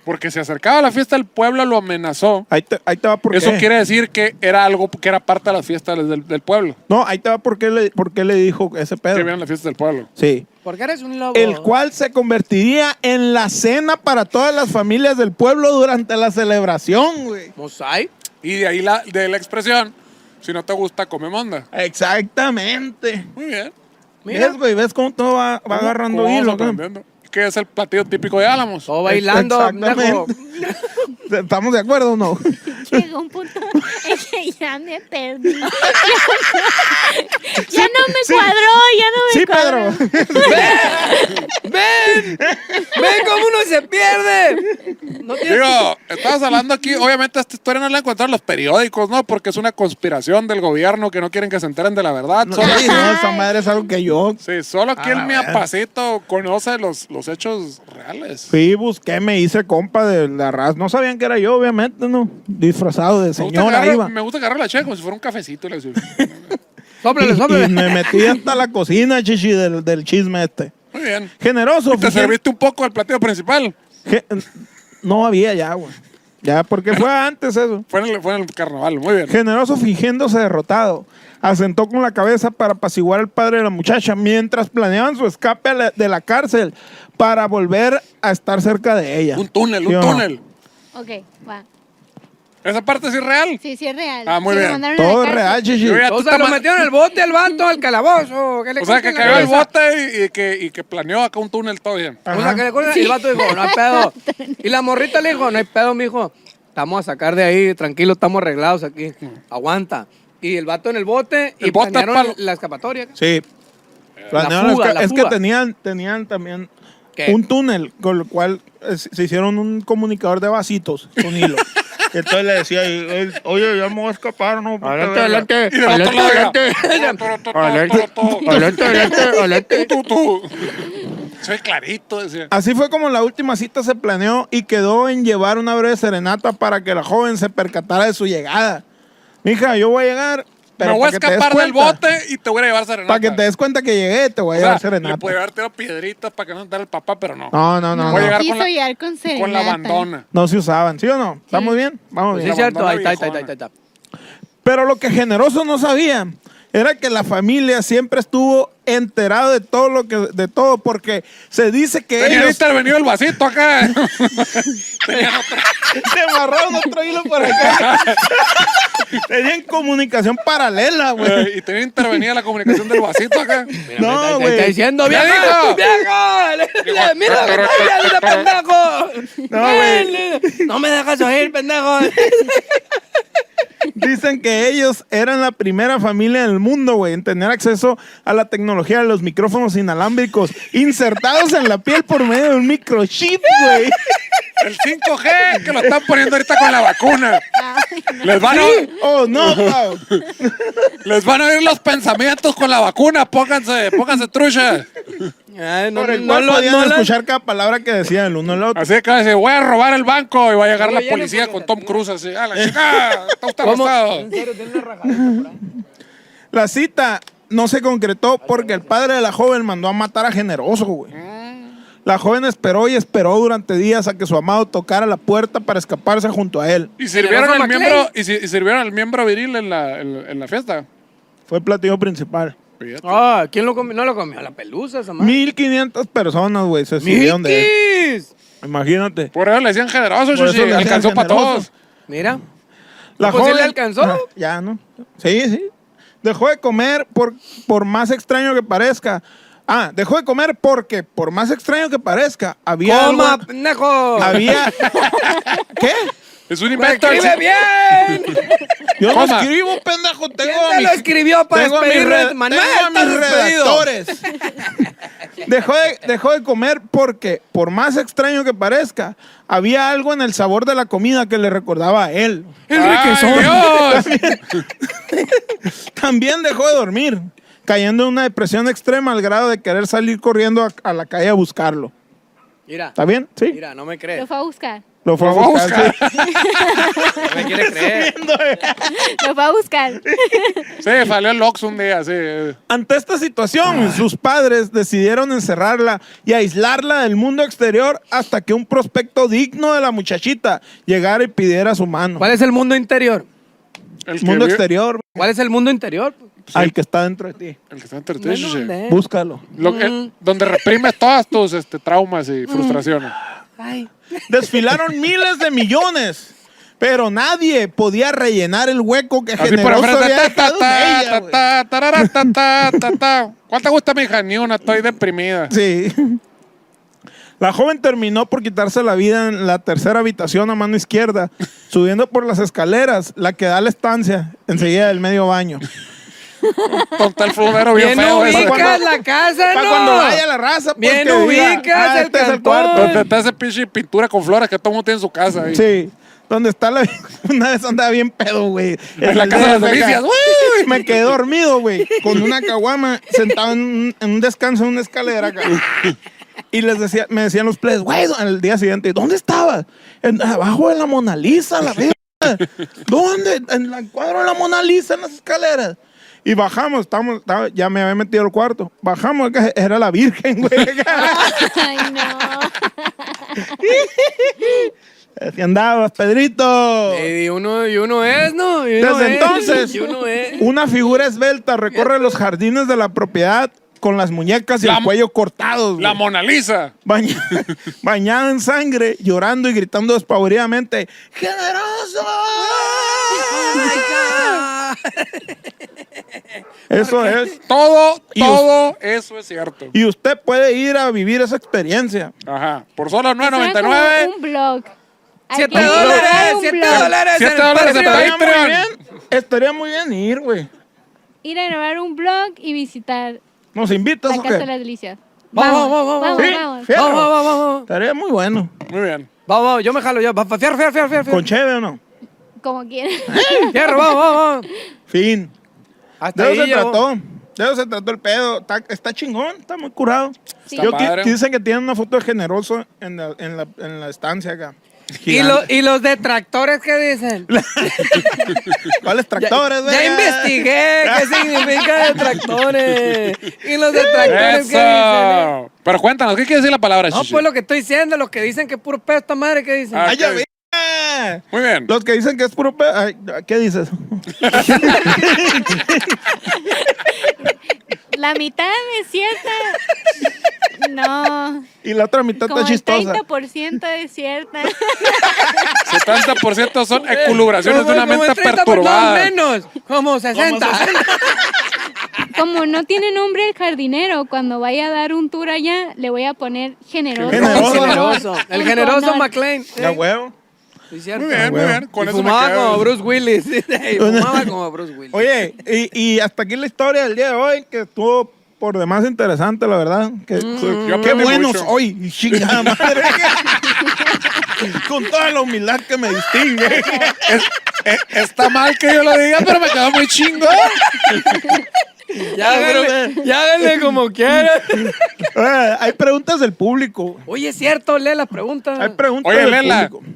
Speaker 2: porque se acercaba la fiesta del pueblo, lo amenazó.
Speaker 3: Ahí te, ahí te va por
Speaker 2: Eso
Speaker 3: qué.
Speaker 2: quiere decir que era algo que era parte de las fiestas del, del pueblo.
Speaker 3: No, ahí te va por qué le, por qué le dijo ese
Speaker 2: Que
Speaker 3: pedo.
Speaker 2: vieron las fiestas del pueblo.
Speaker 3: Sí.
Speaker 5: Porque eres un lobo.
Speaker 3: el cual se convertiría en la cena para todas las familias del pueblo durante la celebración, güey.
Speaker 5: Mosaic.
Speaker 2: Y de ahí la, de la expresión, si no te gusta, come monda.
Speaker 3: Exactamente.
Speaker 2: Muy bien.
Speaker 5: Mira.
Speaker 3: ¿Ves, güey? ¿Ves cómo todo va, va agarrando
Speaker 2: ¿Cómo vamos
Speaker 3: hilo? güey? Oh.
Speaker 2: aprendiendo? ¿Qué es el platillo típico de Álamos?
Speaker 5: Todo bailando.
Speaker 3: Exactamente.
Speaker 5: pendejo.
Speaker 3: ¿Estamos de acuerdo o no?
Speaker 7: Llegó un punto en que ya me perdí. Ya, no- ya no me cuadró, ya no me
Speaker 3: Sí,
Speaker 7: cuadró.
Speaker 3: Pedro.
Speaker 5: ¡Ven! ¡Ven cómo uno se pierde! No tiene-
Speaker 2: Digo, estamos hablando aquí, obviamente esta historia no la encontraron los periódicos, ¿no? Porque es una conspiración del gobierno que no quieren que se enteren de la verdad.
Speaker 3: No,
Speaker 2: Solo-
Speaker 3: sí, no, esa madre es algo que yo.
Speaker 2: sí, solo aquí
Speaker 3: A
Speaker 2: el
Speaker 3: la
Speaker 2: miapacito conoce los, los hechos reales.
Speaker 3: Fui, busqué, me hice compa de la raza. No sabían que era yo, obviamente, ¿no? Disfrazado de
Speaker 2: Me gusta,
Speaker 3: señora
Speaker 2: agarrar-
Speaker 3: iba.
Speaker 2: me gusta agarrar la chela como si fuera un cafecito. y le decía,
Speaker 5: Sóplale,
Speaker 3: Y
Speaker 5: sóplale.
Speaker 3: me metí hasta la cocina, chichi, del, del chisme este.
Speaker 2: Muy bien.
Speaker 3: Generoso.
Speaker 2: Te
Speaker 3: fui-
Speaker 2: serviste un poco al platillo principal.
Speaker 3: ge- No había ya, güey. Ya, porque fue antes eso.
Speaker 2: Fue en el, fue en el carnaval, muy bien.
Speaker 3: Generoso fingiéndose derrotado, asentó con la cabeza para apaciguar al padre de la muchacha mientras planeaban su escape a la- de la cárcel para volver a estar cerca de ella.
Speaker 2: Un túnel,
Speaker 3: ¿Sí
Speaker 2: un
Speaker 3: o no?
Speaker 2: túnel.
Speaker 4: Ok, va.
Speaker 2: ¿Esa parte es irreal?
Speaker 4: Sí, sí es real.
Speaker 2: Ah, muy
Speaker 4: Sí lo
Speaker 2: bien.
Speaker 4: mandaron a la
Speaker 3: Todo
Speaker 4: cárcel.
Speaker 3: real, chichi.
Speaker 2: Yo ya-
Speaker 5: O sea,
Speaker 2: tú
Speaker 5: lo
Speaker 2: te-
Speaker 5: metieron al bote al vato, al calabozo. ¿qué le
Speaker 2: O sea, que
Speaker 5: corten la
Speaker 2: cayó el
Speaker 5: cabeza?
Speaker 2: bote y, y que, y que planeó acá un túnel todo bien.
Speaker 5: O sea, que le corten- y el vato dijo, no hay pedo. Y la morrita le dijo, no hay pedo, mijo. Estamos a sacar de ahí, tranquilo, estamos arreglados aquí. Aguanta. Y el vato en el bote y
Speaker 2: El bote
Speaker 5: planearon
Speaker 2: palo.
Speaker 5: la escapatoria.
Speaker 3: Sí. Planearon
Speaker 5: fuga,
Speaker 3: esca-
Speaker 5: la
Speaker 3: es que
Speaker 5: fuga.
Speaker 3: tenían, tenían también
Speaker 5: ¿Qué?
Speaker 3: un túnel con el cual eh, se se hicieron un comunicador de vasitos con hilo. Entonces le decía, eh, oye, ya me voy a escapar, ¿no? Puta verga.
Speaker 5: Eh,
Speaker 2: Y del otro lado era, "Toro, toro, toro, toro, tú, tú". Soy clarito, decía.
Speaker 3: Así fue como la última cita se planeó y quedó en llevar una breve serenata para que la joven se percatara de su llegada. Mija, yo voy a llegar, pero
Speaker 2: Me voy a
Speaker 3: para que te des
Speaker 2: escapar del
Speaker 3: cuenta-
Speaker 2: bote y te voy a llevar serenata.
Speaker 3: Para que te des cuenta que llegué, te
Speaker 2: O
Speaker 3: voy a
Speaker 2: sea,
Speaker 3: llevar
Speaker 2: le
Speaker 3: serenata.
Speaker 2: puede haber tirado piedritas para que no entrara el papá, pero no.
Speaker 3: No, no,
Speaker 2: Voy
Speaker 3: no,
Speaker 2: a
Speaker 3: no.
Speaker 2: llegar
Speaker 4: Quiso
Speaker 2: con la-
Speaker 4: llegar con serenata.
Speaker 2: Con la abandona.
Speaker 3: No se usaban, ¿sí o no? ¿Estamos bien? Vamos
Speaker 5: Sí,
Speaker 3: bien.
Speaker 5: es cierto,
Speaker 2: abandona
Speaker 5: ahí está, ahí está, ahí
Speaker 2: viejona.
Speaker 5: está, ahí está.
Speaker 3: Pero lo que Generoso no sabía era que la familia siempre estuvo enterada de todo lo que de todo porque se dice que
Speaker 2: Tenía
Speaker 3: ellos
Speaker 2: intervenido el vasito acá. Tenían otro-
Speaker 3: se amarraron otro hilo por acá. Tenían comunicación paralela, güey.
Speaker 2: eh, y tenía intervenida la comunicación del vasito acá.
Speaker 5: Ahí
Speaker 3: No,
Speaker 5: está, ahí está
Speaker 3: güey.
Speaker 5: diciendo,
Speaker 2: Ya
Speaker 5: viejo,
Speaker 2: dijo.
Speaker 5: viejo, le- le- mira lo que está haciendo, pendejo.
Speaker 3: No, güey.
Speaker 5: Ven, le- No me dejas oír, pendejo.
Speaker 3: Dicen que ellos eran la primera familia del mundo, güey, en tener acceso a la tecnología de los micrófonos inalámbricos insertados en la piel por medio de un microchip, güey.
Speaker 2: El 5G que lo están poniendo ahorita con la vacuna. Les van a,
Speaker 3: Oh, no, Pau.
Speaker 2: les van a ir los pensamientos con la vacuna. Pónganse, pónganse trucha.
Speaker 5: Ay, no,
Speaker 3: Por el
Speaker 5: no
Speaker 3: cual
Speaker 5: lo-
Speaker 3: podían
Speaker 5: no lo-
Speaker 3: escuchar cada palabra que decían el uno al otro.
Speaker 2: Así que va a decir, voy a robar el banco y va a llegar la
Speaker 5: Oye,
Speaker 2: policía
Speaker 5: no,
Speaker 2: con
Speaker 5: no,
Speaker 2: Tom
Speaker 5: no.
Speaker 2: Cruise así. ¡Ah, la chica! ¡Está usted
Speaker 5: ¿Cómo?
Speaker 2: arrestado!
Speaker 5: En serio, tiene una rajadita por ahí.
Speaker 3: La cita no se concretó porque el padre de la joven mandó a matar a Generoso, güey. La joven esperó y esperó durante días a que su amado tocara la puerta para escaparse junto a él.
Speaker 2: Y sirvieron
Speaker 5: Generoso
Speaker 2: al
Speaker 5: McLean.
Speaker 2: miembro, y, si- y sirvieron al miembro viril en la, en, en la fiesta.
Speaker 3: Fue el platillo principal.
Speaker 2: Fíjate.
Speaker 5: Ah, ¿quién lo comió? No lo comió, la pelusa esa madre.
Speaker 3: 1500 personas, güey, se subieron de él.
Speaker 5: ¡Miquis!
Speaker 3: Imagínate.
Speaker 2: Por eso le decían
Speaker 5: Pues
Speaker 2: generoso,
Speaker 3: Por eso
Speaker 2: Chuchi.
Speaker 3: le decían
Speaker 2: Alcanzó para
Speaker 3: generoso.
Speaker 2: todos.
Speaker 5: Mira, pues, ¿sí le alcanzó?
Speaker 3: Ah, ya, ¿no? Sí, sí. Dejó de comer por, por más extraño que parezca. Ah, dejó de comer porque, por más extraño que parezca, había.
Speaker 5: coma,
Speaker 3: algo-
Speaker 5: pendejo.
Speaker 3: había. ¿Qué?
Speaker 2: Es un invento. del
Speaker 5: ¡Escribe
Speaker 2: cin-
Speaker 5: bien!
Speaker 3: Yo no
Speaker 2: Coma.
Speaker 3: escribo, pendejo. Tengo
Speaker 5: ¿Quién
Speaker 3: a
Speaker 5: te lo
Speaker 3: mis-
Speaker 5: escribió para
Speaker 3: tengo a mis
Speaker 5: despedirme?
Speaker 3: red-
Speaker 5: Manuel,
Speaker 3: tengo a
Speaker 5: estás
Speaker 3: mis
Speaker 5: despedido.
Speaker 3: redactores. Dejó de, dejó de comer porque, por más extraño que parezca, había algo en el sabor de la comida que le recordaba a él.
Speaker 2: ¡Ay, Dios!
Speaker 3: También dejó de dormir, cayendo en una depresión extrema al grado de querer salir corriendo a, a la calle a buscarlo.
Speaker 5: Mira,
Speaker 3: ¿Está bien? Sí.
Speaker 5: mira, no me
Speaker 4: Lo
Speaker 5: crees.
Speaker 4: fue a buscar.
Speaker 3: Lo fue a
Speaker 2: Lo
Speaker 3: buscar. sí.
Speaker 5: No me quiere creer.
Speaker 4: Lo fue a buscar.
Speaker 2: Sí, salió el Ox un día, sí.
Speaker 3: Ante esta situación, sus padres decidieron encerrarla y aislarla del mundo exterior hasta que un prospecto digno de la muchachita llegara y pidiera su mano.
Speaker 5: ¿Cuál es el mundo interior?
Speaker 2: El
Speaker 3: El
Speaker 2: que
Speaker 3: mundo
Speaker 2: vi-
Speaker 3: exterior
Speaker 5: ¿Cuál es el mundo interior?
Speaker 3: al que está dentro de ti.
Speaker 2: El que está entre ti,
Speaker 5: Menos
Speaker 2: Chuchi.
Speaker 5: de-
Speaker 3: Búscalo.
Speaker 2: Lo que- donde reprimes todas tus este, traumas y frustraciones.
Speaker 5: Ay.
Speaker 3: Desfilaron miles de millones, pero nadie podía rellenar el hueco que
Speaker 2: Así por
Speaker 3: generoso
Speaker 2: enfrente. ta,
Speaker 3: había
Speaker 2: ta,
Speaker 3: dejado en
Speaker 2: ta,
Speaker 3: ella,
Speaker 2: ta,
Speaker 3: güey.
Speaker 2: ta, tarara, ta, ta, ta, ta. ¿Cuál te gusta, mija? Ni una, estoy deprimida.
Speaker 3: Sí. La joven terminó por quitarse la vida en la tercera habitación a mano izquierda, subiendo por las escaleras, la que da a la estancia, enseguida del medio baño.
Speaker 2: Total fulero bien
Speaker 5: Bien
Speaker 2: feo. ese.
Speaker 5: ubicas la casa,
Speaker 3: Para
Speaker 5: no.
Speaker 3: cuando vaya la raza, pues,
Speaker 5: Bien
Speaker 3: que diga,
Speaker 5: ubicas el
Speaker 3: este es
Speaker 5: cantón".
Speaker 2: Donde está esa pinche pintura con flores que todo mundo tiene en su casa. ahí.
Speaker 3: Sí. Donde está la. Una vez andaba bien pedo, güey.
Speaker 2: En la casa de las delicias.
Speaker 3: Uy, Me quedé dormido, güey. Con una caguama sentado en un, en un descanso en una escalera acá. Y les decía, me decían los plebes, güey, al día siguiente, ¿dónde estabas? En- abajo de la Mona Lisa, la verga. ¿Dónde? En la- el cuadro de la Mona Lisa, en las escaleras. Y bajamos, estamos, estaba- ya me había metido al cuarto. Bajamos, acá, era la Virgen, güey.
Speaker 7: Ay, no.
Speaker 3: Así andabas, Pedrito.
Speaker 5: Y uno, y uno es, ¿no? Y uno
Speaker 3: Desde
Speaker 5: es,
Speaker 3: entonces,
Speaker 5: Y uno es.
Speaker 3: una figura esbelta recorre los jardines de la propiedad con las muñecas y
Speaker 2: La-
Speaker 3: el cuello cortados,
Speaker 2: La
Speaker 3: güey.
Speaker 2: Mona Lisa.
Speaker 3: Baña- bañada en sangre, llorando y gritando despavoridamente, ¡Generoso! Eso es.
Speaker 2: Todo,
Speaker 3: Y us-
Speaker 2: todo eso es cierto.
Speaker 3: Y usted puede ir a vivir esa experiencia.
Speaker 2: Ajá. Por solo
Speaker 7: Suena
Speaker 2: 9.99.
Speaker 7: como Un blog. Hay
Speaker 5: ¡Siete
Speaker 7: que
Speaker 5: dólares!
Speaker 7: crear un
Speaker 5: ¡Siete
Speaker 7: blog.
Speaker 5: dólares!
Speaker 2: Siete
Speaker 5: en el
Speaker 2: dólares de
Speaker 5: Patreon.
Speaker 3: Estaría muy
Speaker 2: Patreon.
Speaker 3: bien, estaría muy bien ir, güey.
Speaker 7: Ir a grabar un blog y visitar
Speaker 3: ¿Nos invitas
Speaker 7: la
Speaker 3: o
Speaker 7: Casa de
Speaker 3: qué?
Speaker 7: las Delicias.
Speaker 5: Vamos,
Speaker 7: Vamos,
Speaker 5: vamos,
Speaker 7: vamos,
Speaker 5: vamos.
Speaker 3: Sí,
Speaker 7: vamos.
Speaker 3: fierro.
Speaker 5: Vamos, vamos, vamos.
Speaker 3: Estaría muy bueno.
Speaker 2: Muy bien.
Speaker 5: Vamos, vamos, yo me jalo ya. Va- va- Fierro, fierro, fierro, fierro.
Speaker 3: ¿Con cheve o no?
Speaker 7: Como quieras.
Speaker 5: Fierro, vamos, vamos. vamos.
Speaker 3: Fin.
Speaker 5: Hasta
Speaker 3: De eso
Speaker 5: ahí
Speaker 3: se
Speaker 5: llegó.
Speaker 3: trató. De eso se trató el pedo. Está, está chingón, está muy curado.
Speaker 7: Sí.
Speaker 2: Está
Speaker 3: Yo qui-
Speaker 2: padre.
Speaker 3: dicen que tienen una foto de generoso en la, en la, en la estancia acá.
Speaker 5: ¿Y, lo- y los detractores qué dicen?
Speaker 3: ¿Cuáles
Speaker 5: Ya,
Speaker 3: tractores,
Speaker 5: ya investigué qué significa detractores. ¿Y los detractores qué dicen? eh?
Speaker 2: Eso. Pero cuéntanos, ¿qué quiere decir la palabra,
Speaker 5: No,
Speaker 2: Shishi?
Speaker 5: pues lo que estoy diciendo, los que dicen que es puro pedo esta madre, ¿qué dicen?
Speaker 2: Ah.
Speaker 3: ¡Ay, ya
Speaker 2: Ok.
Speaker 3: ve-
Speaker 2: Muy bien.
Speaker 3: Los que dicen que es puro pedo. ay, ¿Qué dices?
Speaker 7: La mitad es cierta. No.
Speaker 3: Y la otra mitad
Speaker 7: Como
Speaker 3: está
Speaker 7: el
Speaker 3: chistosa.
Speaker 7: 30% es cierta.
Speaker 2: 70% son eculubraciones de
Speaker 5: Como-
Speaker 2: una
Speaker 5: como
Speaker 2: mente
Speaker 5: 30,
Speaker 2: perturbada.
Speaker 5: pues, no, menos, como 60.
Speaker 4: Como no tiene nombre el jardinero, cuando vaya a dar un tour allá, le voy a poner generoso.
Speaker 3: Generoso.
Speaker 4: por favor,
Speaker 5: Generoso. El
Speaker 4: en
Speaker 5: generoso
Speaker 4: honor.
Speaker 5: McLean.
Speaker 3: Ya huevo.
Speaker 2: Muy bien, muy
Speaker 3: huevo.
Speaker 2: bien. Con
Speaker 5: Ah, y
Speaker 2: eso me
Speaker 5: fumaba
Speaker 2: quedo.
Speaker 5: como Bruce Willis. Y fumaba como Bruce Willis.
Speaker 3: Oye, y, y hasta aquí la historia del día de hoy, que estuvo por demás interesante, la verdad. Que, que-
Speaker 2: Yo
Speaker 3: qué
Speaker 2: aprendí
Speaker 3: buenos
Speaker 2: mucho.
Speaker 3: hoy, y chingada madre. Con toda la humildad que me distingue.
Speaker 2: Es- es- está mal que yo lo diga, pero me quedó muy chingo.
Speaker 5: ya, háganle, ya háganle como quieran.
Speaker 3: Eh, hay preguntas del público.
Speaker 5: Oye, es cierto, lee las preguntas.
Speaker 3: Hay preguntas
Speaker 2: Oye,
Speaker 3: del
Speaker 2: léela.
Speaker 3: público.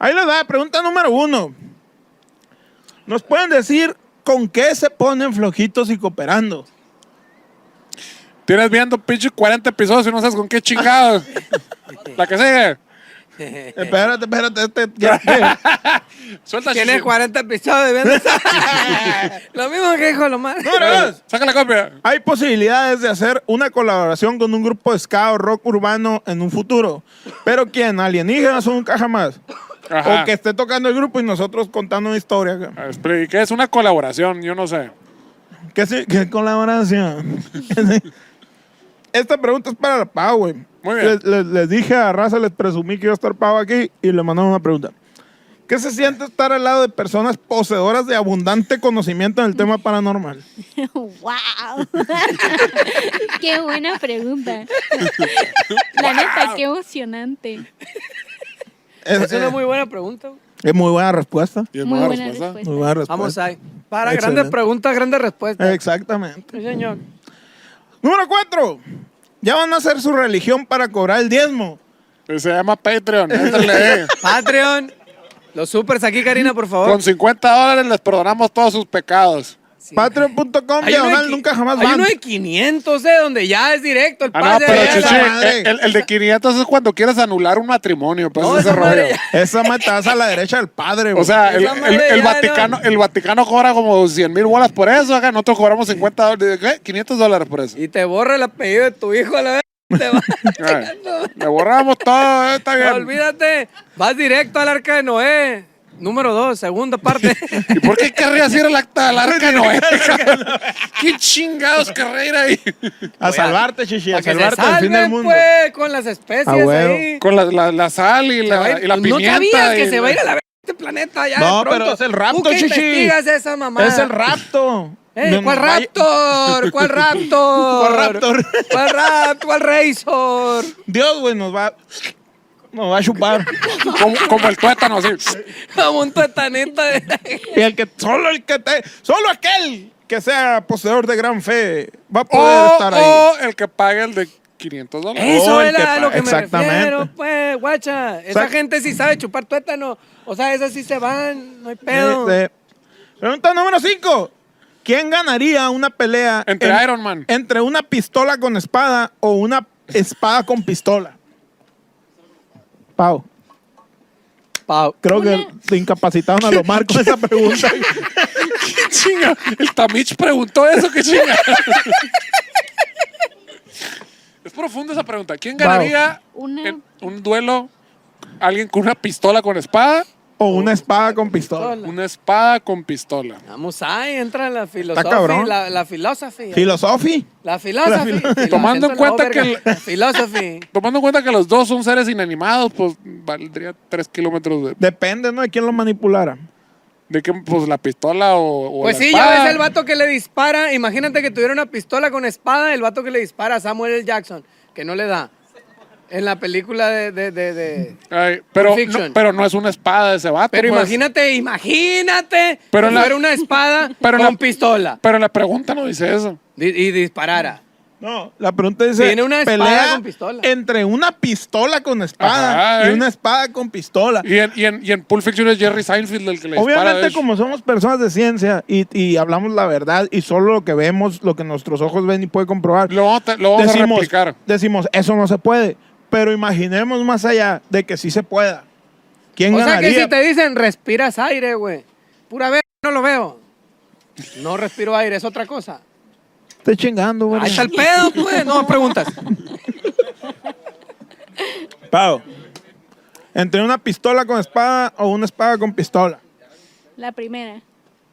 Speaker 3: Ahí les da, pregunta número uno. ¿Nos pueden decir con qué se ponen flojitos y cooperando?
Speaker 2: Tienes viendo pinche 40 episodios y no sabes con qué chingados. La que sigue.
Speaker 3: Espérate, espérate, este- ya- ya.
Speaker 2: Suelta
Speaker 5: Tiene
Speaker 2: Shishi.
Speaker 5: 40 episodios viendo esa- Lo mismo que dijo lo más.
Speaker 3: Número dos.
Speaker 2: Saca la copia.
Speaker 3: Hay posibilidades de hacer una colaboración con un grupo de ska o rock urbano en un futuro. Pero ¿quién? ¿Alienígenas o nunca jamás?
Speaker 2: Ajá.
Speaker 3: O que esté tocando el grupo y nosotros contando una historia.
Speaker 2: A ver, Ah, ¿y ¿Qué es una colaboración? Yo no sé.
Speaker 3: ¿Qué, se- qué colaboración? Esta pregunta es para la Pau, güey.
Speaker 2: Muy bien.
Speaker 3: Les, les- les dije a Raza, les presumí que iba a estar Pau aquí y le mandaron una pregunta. ¿Qué se siente estar al lado de personas poseedoras de abundante conocimiento en el tema paranormal?
Speaker 7: ¡Wow! ¡Qué buena pregunta! La neta, qué emocionante.
Speaker 3: Es,
Speaker 5: Es una
Speaker 3: eh,
Speaker 5: muy buena pregunta. güey.
Speaker 3: es muy buena respuesta.
Speaker 2: Y es
Speaker 4: Muy
Speaker 2: mala
Speaker 4: buena
Speaker 2: respuesta.
Speaker 4: respuesta.
Speaker 3: Muy buena respuesta.
Speaker 5: Vamos ahí. Para
Speaker 3: Excelente.
Speaker 5: grandes preguntas, grandes respuestas.
Speaker 3: Exactamente.
Speaker 5: Sí, señor.
Speaker 3: Número cuatro. Ya van a hacer su religión para cobrar el diezmo.
Speaker 2: Se llama Patreon. Éntrale.
Speaker 5: Patreon. Los supers aquí, Karina, por favor.
Speaker 2: Con 50 dólares les perdonamos todos sus pecados.
Speaker 5: Sí.
Speaker 3: Patreon.com,
Speaker 5: Hay uno de
Speaker 3: diagonal,
Speaker 5: qui-
Speaker 3: nunca jamás
Speaker 5: Hay
Speaker 3: van.
Speaker 5: uno de 500, ¿eh? Donde ya es directo el
Speaker 2: Ah,
Speaker 5: pase.
Speaker 2: no, pero
Speaker 5: de-
Speaker 3: esa
Speaker 2: chichi,
Speaker 3: madre.
Speaker 2: el, el de 500 es cuando quieres anular un matrimonio. Pues
Speaker 5: No,
Speaker 2: ese
Speaker 5: esa madre
Speaker 2: rollo.
Speaker 3: Esa mataza a la derecha del padre, güey.
Speaker 2: O sea, el,
Speaker 5: Esa madre
Speaker 2: el- el
Speaker 5: ya
Speaker 2: Vaticano, el Vaticano cobra como 100 mil bolas por eso. Acá nosotros cobramos 50 dólares, ¿qué? 500 dólares por eso.
Speaker 5: Y te borra el apellido de tu hijo a la vez. Te va-
Speaker 2: Ay, Le borramos todo, eh, está
Speaker 5: No,
Speaker 2: bien.
Speaker 5: olvídate. Vas directo al arca de Noé. número dos, segunda parte.
Speaker 2: ¿Y por qué querrías ir al acta del arca Noé? cabrón? ¿Qué chingados querría ir ahí?
Speaker 3: A salvarte, chichi, a
Speaker 5: Para que se
Speaker 3: salvarte al fin del
Speaker 5: salven,
Speaker 3: mundo.
Speaker 5: pues, con las especies
Speaker 3: A huevo.
Speaker 5: ahí.
Speaker 2: Con la, la- la sal y
Speaker 5: Se va a
Speaker 2: la,
Speaker 5: ir-
Speaker 2: y la
Speaker 5: pues,
Speaker 2: pimienta.
Speaker 5: No sabías que
Speaker 2: y
Speaker 5: se va a ir
Speaker 2: la-
Speaker 5: a la este planeta allá
Speaker 3: No,
Speaker 5: de pronto.
Speaker 3: pero es el rapto,
Speaker 5: ¿Tú qué
Speaker 3: chichi.
Speaker 5: investigas esa mamá?
Speaker 3: Es el rapto.
Speaker 5: Eh,
Speaker 3: No,
Speaker 5: ¿Cuál
Speaker 3: no, vaya-
Speaker 5: raptor? ¿Cuál raptor?
Speaker 3: ¿Cuál raptor?
Speaker 5: ¿Cuál raptor? ¿Cuál razor?
Speaker 3: Dios, güey, nos va, nos va a chupar.
Speaker 2: Como, como el tuétano, así.
Speaker 5: Como un tuetaneta de...
Speaker 3: y el que, solo el que te, solo aquel que sea poseedor de gran fe va a poder
Speaker 5: Oh,
Speaker 2: O,
Speaker 3: estar ahí.
Speaker 2: o el que pague el de 500 dólares.
Speaker 5: Eso
Speaker 3: Oh, el que
Speaker 5: era a
Speaker 3: pa-
Speaker 5: lo que me
Speaker 3: exactamente.
Speaker 5: refiero, pues, guacha. Esa
Speaker 3: Exact-
Speaker 5: gente sí sabe chupar tuétano. O sea, esas sí se van, no hay pedo.
Speaker 3: Este, pregunta número 5. ¿Quién ganaría una pelea
Speaker 2: Entre Iron Man.
Speaker 3: Entre una pistola con espada o una espada con pistola. Pau,
Speaker 5: Pau.
Speaker 3: creo que
Speaker 7: Una-
Speaker 3: te incapacitaron a Lomar con esa pregunta.
Speaker 2: ¿Qué chinga? El Tamich preguntó eso, qué chinga. es profunda esa pregunta. ¿Quién ganaría
Speaker 7: Una-
Speaker 2: en un duelo? ¿Alguien con una pistola con espada?
Speaker 3: o una espada con pistola.
Speaker 5: Hola.
Speaker 2: Una espada con pistola.
Speaker 5: Vamos ahí, entra la filosofía.
Speaker 3: cabrón.
Speaker 5: La, la filosofía.
Speaker 3: Filosofi.
Speaker 5: la filosofía.
Speaker 3: filo-
Speaker 2: Tomando en cuenta que el-
Speaker 5: Filosofía.
Speaker 2: Tomando en cuenta que los dos son seres inanimados, pues valdría tres kilómetros de,
Speaker 3: Depende, ¿no? De quién lo manipulara.
Speaker 2: de que pues la pistola o, o
Speaker 5: Pues
Speaker 2: la
Speaker 5: sí, ya
Speaker 2: espada.
Speaker 5: ves el vato que le dispara. Imagínate que tuviera una pistola con espada, el vato que le dispara a Samuel L. Jackson, que no le da. En la película de. de- de- de-
Speaker 2: Ay, pero,
Speaker 5: Pulp Fiction.
Speaker 2: no, pero no es una espada ese vato.
Speaker 5: Pero
Speaker 2: pues.
Speaker 5: imagínate, imagínate
Speaker 2: Pero
Speaker 5: que
Speaker 2: la-
Speaker 5: fuera una espada
Speaker 2: pero
Speaker 5: con
Speaker 2: la-
Speaker 5: pistola
Speaker 2: Pero la pregunta no dice eso.
Speaker 5: di- y disparara.
Speaker 3: No, la pregunta dice,
Speaker 5: Tiene una espada
Speaker 3: pelea
Speaker 5: con pistola.
Speaker 3: entre una pistola con espada
Speaker 2: Ajá,
Speaker 3: y
Speaker 2: ¿eh?
Speaker 3: una espada con pistola.
Speaker 2: Y en, y, en, y en Pulp Fiction es Jerry Seinfeld el que le dispara. de
Speaker 3: Obviamente,
Speaker 2: hecho.
Speaker 3: como somos personas de ciencia y, y hablamos la verdad y solo lo que vemos, lo que nuestros ojos ven y puede comprobar,
Speaker 2: Lo vamos, a- lo vamos a replicar.
Speaker 3: decimos, eso no se puede. Pero imaginemos más allá de que sí se pueda. ¿Quién
Speaker 5: O sea
Speaker 3: ganaría?
Speaker 5: que si te dicen respiras aire, güey. Pura vez, no lo veo. No respiro aire, es otra cosa.
Speaker 3: Estoy chingando, güey.
Speaker 5: Ahí está el pedo, güey. No preguntas.
Speaker 3: Pau, Entre una pistola con espada o una espada con pistola.
Speaker 7: La primera.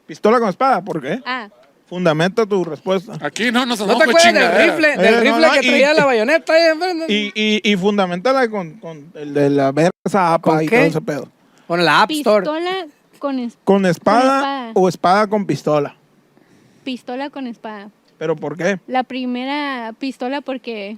Speaker 3: Pistola con espada, ¿por qué?
Speaker 7: Ah,
Speaker 3: Fundamenta tu respuesta.
Speaker 2: Aquí no nos
Speaker 5: ¿No
Speaker 2: andamos
Speaker 5: te
Speaker 2: con
Speaker 5: acuerdas del
Speaker 2: chingadera.
Speaker 5: rifle,
Speaker 3: Eh,
Speaker 5: del
Speaker 3: no,
Speaker 5: rifle
Speaker 3: no,
Speaker 5: que
Speaker 3: y-
Speaker 5: traía la bayoneta? ahí enfrente?
Speaker 3: Y, y, y fundamentala con, con el de la versa
Speaker 5: ¿Con
Speaker 3: APA y
Speaker 5: qué?
Speaker 3: todo ese pedo.
Speaker 5: Con la App Store.
Speaker 7: pistola con es-
Speaker 3: ¿Con espada,
Speaker 7: espada.
Speaker 3: o espada con pistola?
Speaker 7: pistola con espada.
Speaker 3: ¿Pero por qué?
Speaker 7: La primera pistola porque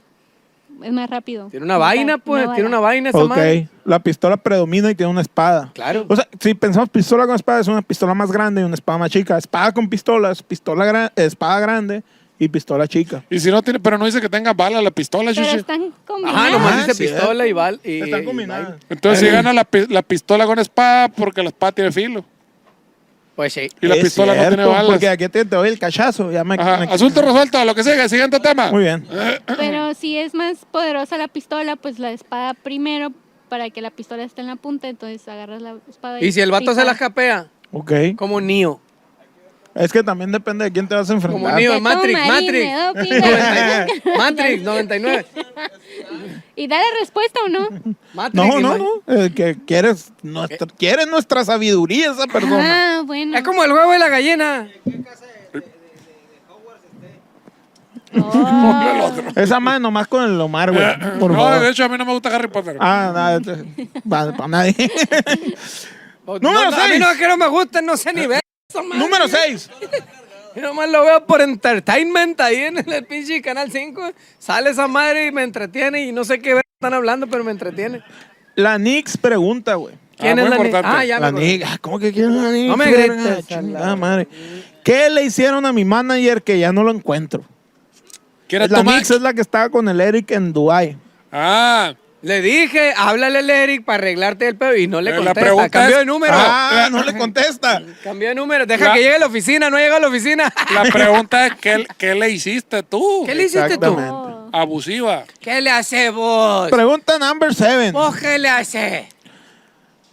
Speaker 7: es más rápido.
Speaker 5: Tiene una vaina, pues. tiene una
Speaker 7: bala.
Speaker 5: vaina esa
Speaker 3: Ok,
Speaker 5: madre.
Speaker 3: la pistola predomina y tiene una espada.
Speaker 5: Claro.
Speaker 3: O sea, si pensamos pistola con espada, es una pistola más grande y una espada más chica. Espada con pistola es pistola gran- espada grande y pistola chica.
Speaker 2: Y si no tiene, pero no dice que tenga bala la pistola,
Speaker 7: Pero
Speaker 2: Shishi.
Speaker 7: están combinadas.
Speaker 5: Ajá, nomás
Speaker 3: Ah,
Speaker 5: dice
Speaker 3: sí, eh.
Speaker 5: pistola y bal. Y,
Speaker 3: Están
Speaker 5: y vaina.
Speaker 3: combinadas.
Speaker 2: Entonces si gana la, pi- la pistola con espada porque la espada tiene filo.
Speaker 5: Pues sí.
Speaker 2: Y la
Speaker 3: Es
Speaker 2: pistola no tiene
Speaker 3: cierto,
Speaker 2: balas.
Speaker 3: Porque aquí te, te doy el cachazo. Ya me,
Speaker 2: Ajá. Ah.
Speaker 3: me-
Speaker 2: Asunto resuelto, lo que sigue, siguiente tema.
Speaker 3: Muy bien.
Speaker 7: Pero si es más poderosa la pistola, pues la espada primero para que la pistola esté en la punta, entonces agarras la espada.
Speaker 5: Y si el vato se la
Speaker 7: disparas.
Speaker 5: capea,
Speaker 3: Ok.
Speaker 5: como Neo.
Speaker 3: Es que también depende de quién te vas a
Speaker 5: Como
Speaker 3: enfrentar.
Speaker 5: Neo
Speaker 7: Te
Speaker 5: en Matrix,
Speaker 7: toma y
Speaker 5: Matrix.
Speaker 7: me dopinga.
Speaker 5: Matrix 99.
Speaker 7: Y da la respuesta o no.
Speaker 5: Matrix,
Speaker 3: No, no,
Speaker 5: imagínate.
Speaker 3: no. El que quieres nuestra,
Speaker 2: Eh.
Speaker 3: quiere nuestra sabiduría esa persona.
Speaker 7: Ah, bueno.
Speaker 5: Es como el huevo y la gallina.
Speaker 4: Oh.
Speaker 3: Esa madre nomás con el Omar, güey.
Speaker 2: Ah.
Speaker 3: Por
Speaker 2: Eh, no,
Speaker 3: favor.
Speaker 2: de hecho a mí no me gusta Harry Potter.
Speaker 3: Ah, nada. te- Para para nadie.
Speaker 5: Pues,
Speaker 3: Número
Speaker 5: no, no, A mí
Speaker 3: seis.
Speaker 5: no es que no me gusta, no sé ni ver. esa madre.
Speaker 3: Número 6.
Speaker 5: Yo nomás lo veo por entertainment ahí en el pinche Canal 5. Sale esa madre y me entretiene y no sé qué ver están hablando, pero me entretiene.
Speaker 3: Ah, La Nix pregunta, güey.
Speaker 5: ¿Quién
Speaker 2: muy
Speaker 5: es la ni-
Speaker 2: importante.
Speaker 5: Ah, ya me
Speaker 3: La
Speaker 5: acordé.
Speaker 3: Nix. ah, ¿Cómo que quién es la Nix?
Speaker 5: No me
Speaker 3: Verga,
Speaker 5: grites, a
Speaker 3: chingada
Speaker 5: la-
Speaker 3: madre. ¿Qué le hicieron a mi manager que ya no lo encuentro?
Speaker 2: ¿Quién es
Speaker 3: La
Speaker 2: tu
Speaker 3: Nix
Speaker 2: Max?
Speaker 3: es la que estaba con el Eric en Dubai.
Speaker 2: Ah,
Speaker 5: Le dije, háblale al Eric para arreglarte el pedo y no
Speaker 3: Eh,
Speaker 5: le
Speaker 2: La
Speaker 5: contesta.
Speaker 2: pregunta
Speaker 5: Cambió
Speaker 2: es-
Speaker 5: de número.
Speaker 3: Ah, no le contesta.
Speaker 5: Cambió de número. Deja
Speaker 2: La-
Speaker 5: que llegue a la oficina, no llega a la oficina.
Speaker 2: la pregunta es: ¿qué, qué le hiciste tú?
Speaker 5: ¿Qué le hiciste tú?
Speaker 3: Exactamente.
Speaker 2: Abusiva.
Speaker 5: ¿Qué le hace vos?
Speaker 3: Pregunta number 7.
Speaker 5: ¿Vos qué le hace?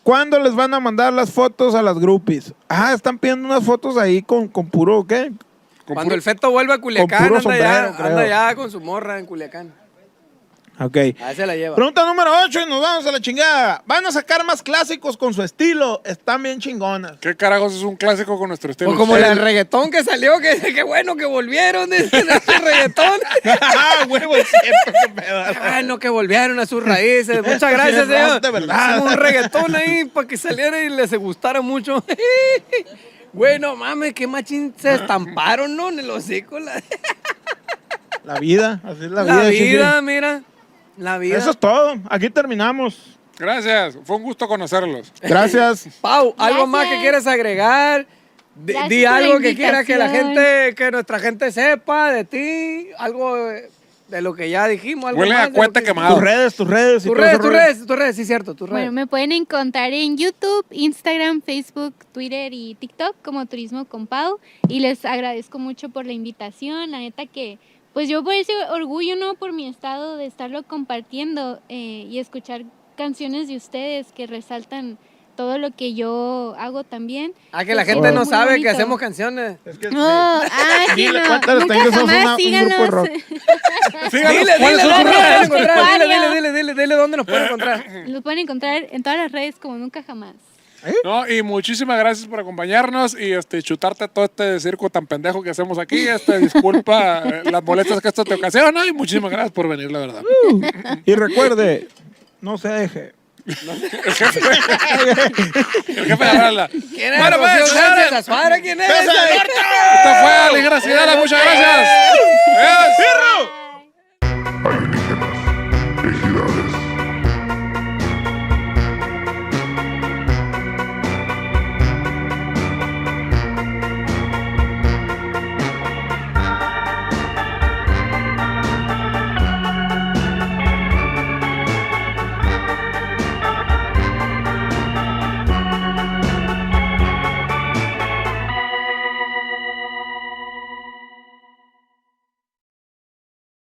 Speaker 3: ¿Cuándo les van a mandar las fotos a las groupies? Ah, están pidiendo unas fotos ahí con, con puro, ¿qué?
Speaker 5: Cuando el feto vuelve a Culiacán,
Speaker 3: puro
Speaker 5: anda ya,
Speaker 3: sombrero, creo.
Speaker 5: anda ya con su morra en Culiacán.
Speaker 3: Ok.
Speaker 5: A ese la lleva.
Speaker 3: Pregunta número 8 y nos vamos a la chingada. Van a sacar más clásicos con su estilo. Están bien chingonas.
Speaker 2: ¿Qué carajos es un clásico con nuestro estilo?
Speaker 5: O como
Speaker 2: El-
Speaker 5: el reggaetón que salió, que qué bueno que volvieron de ese reggaetón.
Speaker 3: ah, huevo, es cierto, qué pedazo.
Speaker 5: Bueno, que volvieron a sus raíces. Muchas
Speaker 3: Tienes
Speaker 5: gracias, señor.
Speaker 3: razón, de verdad.
Speaker 5: Hicimos Un reggaetón ahí para que saliera y les gustara mucho. Bueno, mames, qué machín se estamparon, ¿no? En el hocico. La,
Speaker 3: La vida, así es la,
Speaker 5: la
Speaker 3: vida.
Speaker 5: vida, mira. La
Speaker 3: chiqui.
Speaker 5: vida.
Speaker 3: Eso es todo. Aquí terminamos.
Speaker 2: Gracias, fue un gusto conocerlos.
Speaker 3: Gracias.
Speaker 5: Pau, ¿algo
Speaker 4: Gracias.
Speaker 5: más que quieras agregar? Di,
Speaker 4: Gracias
Speaker 5: di
Speaker 4: por la
Speaker 5: algo que quieras que la
Speaker 4: invitación.
Speaker 5: gente, que nuestra gente sepa de ti, algo eh, de lo que ya dijimos. Algo
Speaker 2: Huele
Speaker 5: más
Speaker 2: a
Speaker 5: de lo
Speaker 2: cuenta
Speaker 5: que-
Speaker 2: quemado.
Speaker 3: Tus redes, tus redes. y
Speaker 5: Tus
Speaker 3: todo
Speaker 5: redes,
Speaker 3: ese
Speaker 5: tus
Speaker 3: rollo.
Speaker 5: redes, tus redes, sí, cierto, tus redes.
Speaker 4: Bueno, me pueden encontrar en YouTube, Instagram, Facebook, Twitter y TikTok como Turismo con Pau. Y les agradezco mucho por la invitación. La neta que, pues yo por ese orgullo, ¿no? Por mi estado de estarlo compartiendo eh, y escuchar canciones de ustedes que resaltan todo lo que yo hago también.
Speaker 5: Ah, que la
Speaker 4: Pues,
Speaker 5: gente
Speaker 4: es
Speaker 5: no
Speaker 4: muy
Speaker 5: sabe que
Speaker 4: bonito.
Speaker 5: hacemos canciones.
Speaker 3: Es que,
Speaker 8: No,
Speaker 4: Oh,
Speaker 8: ah, sí,
Speaker 3: Dile
Speaker 8: no.
Speaker 3: cuántas
Speaker 8: Nunca
Speaker 3: tengas,
Speaker 8: jamás,
Speaker 3: sos una- un grupo
Speaker 8: síganos.
Speaker 3: rock.
Speaker 2: Síganos,
Speaker 5: dile,
Speaker 2: ¿cuáles
Speaker 5: dile,
Speaker 2: son
Speaker 5: dónde
Speaker 2: sus
Speaker 5: nos
Speaker 2: redes?
Speaker 5: pueden encontrar, dile,
Speaker 4: Acuario.
Speaker 5: dile, dile, dile, dile dónde nos pueden encontrar.
Speaker 4: Lo pueden encontrar en todas las redes como nunca jamás.
Speaker 2: No, y muchísimas gracias por acompañarnos y este, chutarte todo este circo tan pendejo que hacemos aquí. Este, disculpa eh, las molestias que esto te ocasiona y muchísimas gracias por venir, la verdad.
Speaker 3: es- Y recuerde, no se deje.
Speaker 2: El jefe de Arala.
Speaker 5: ¿Quién es?
Speaker 2: Bueno, pues,
Speaker 5: Rocío
Speaker 2: señores,
Speaker 5: Sánchez Azuara? ¿Quién es?
Speaker 3: ¡Pesa del norte!
Speaker 2: esto fue Alegría Ciudadana. Muchas gracias. Adiós.
Speaker 9: alienígenas, ejidales,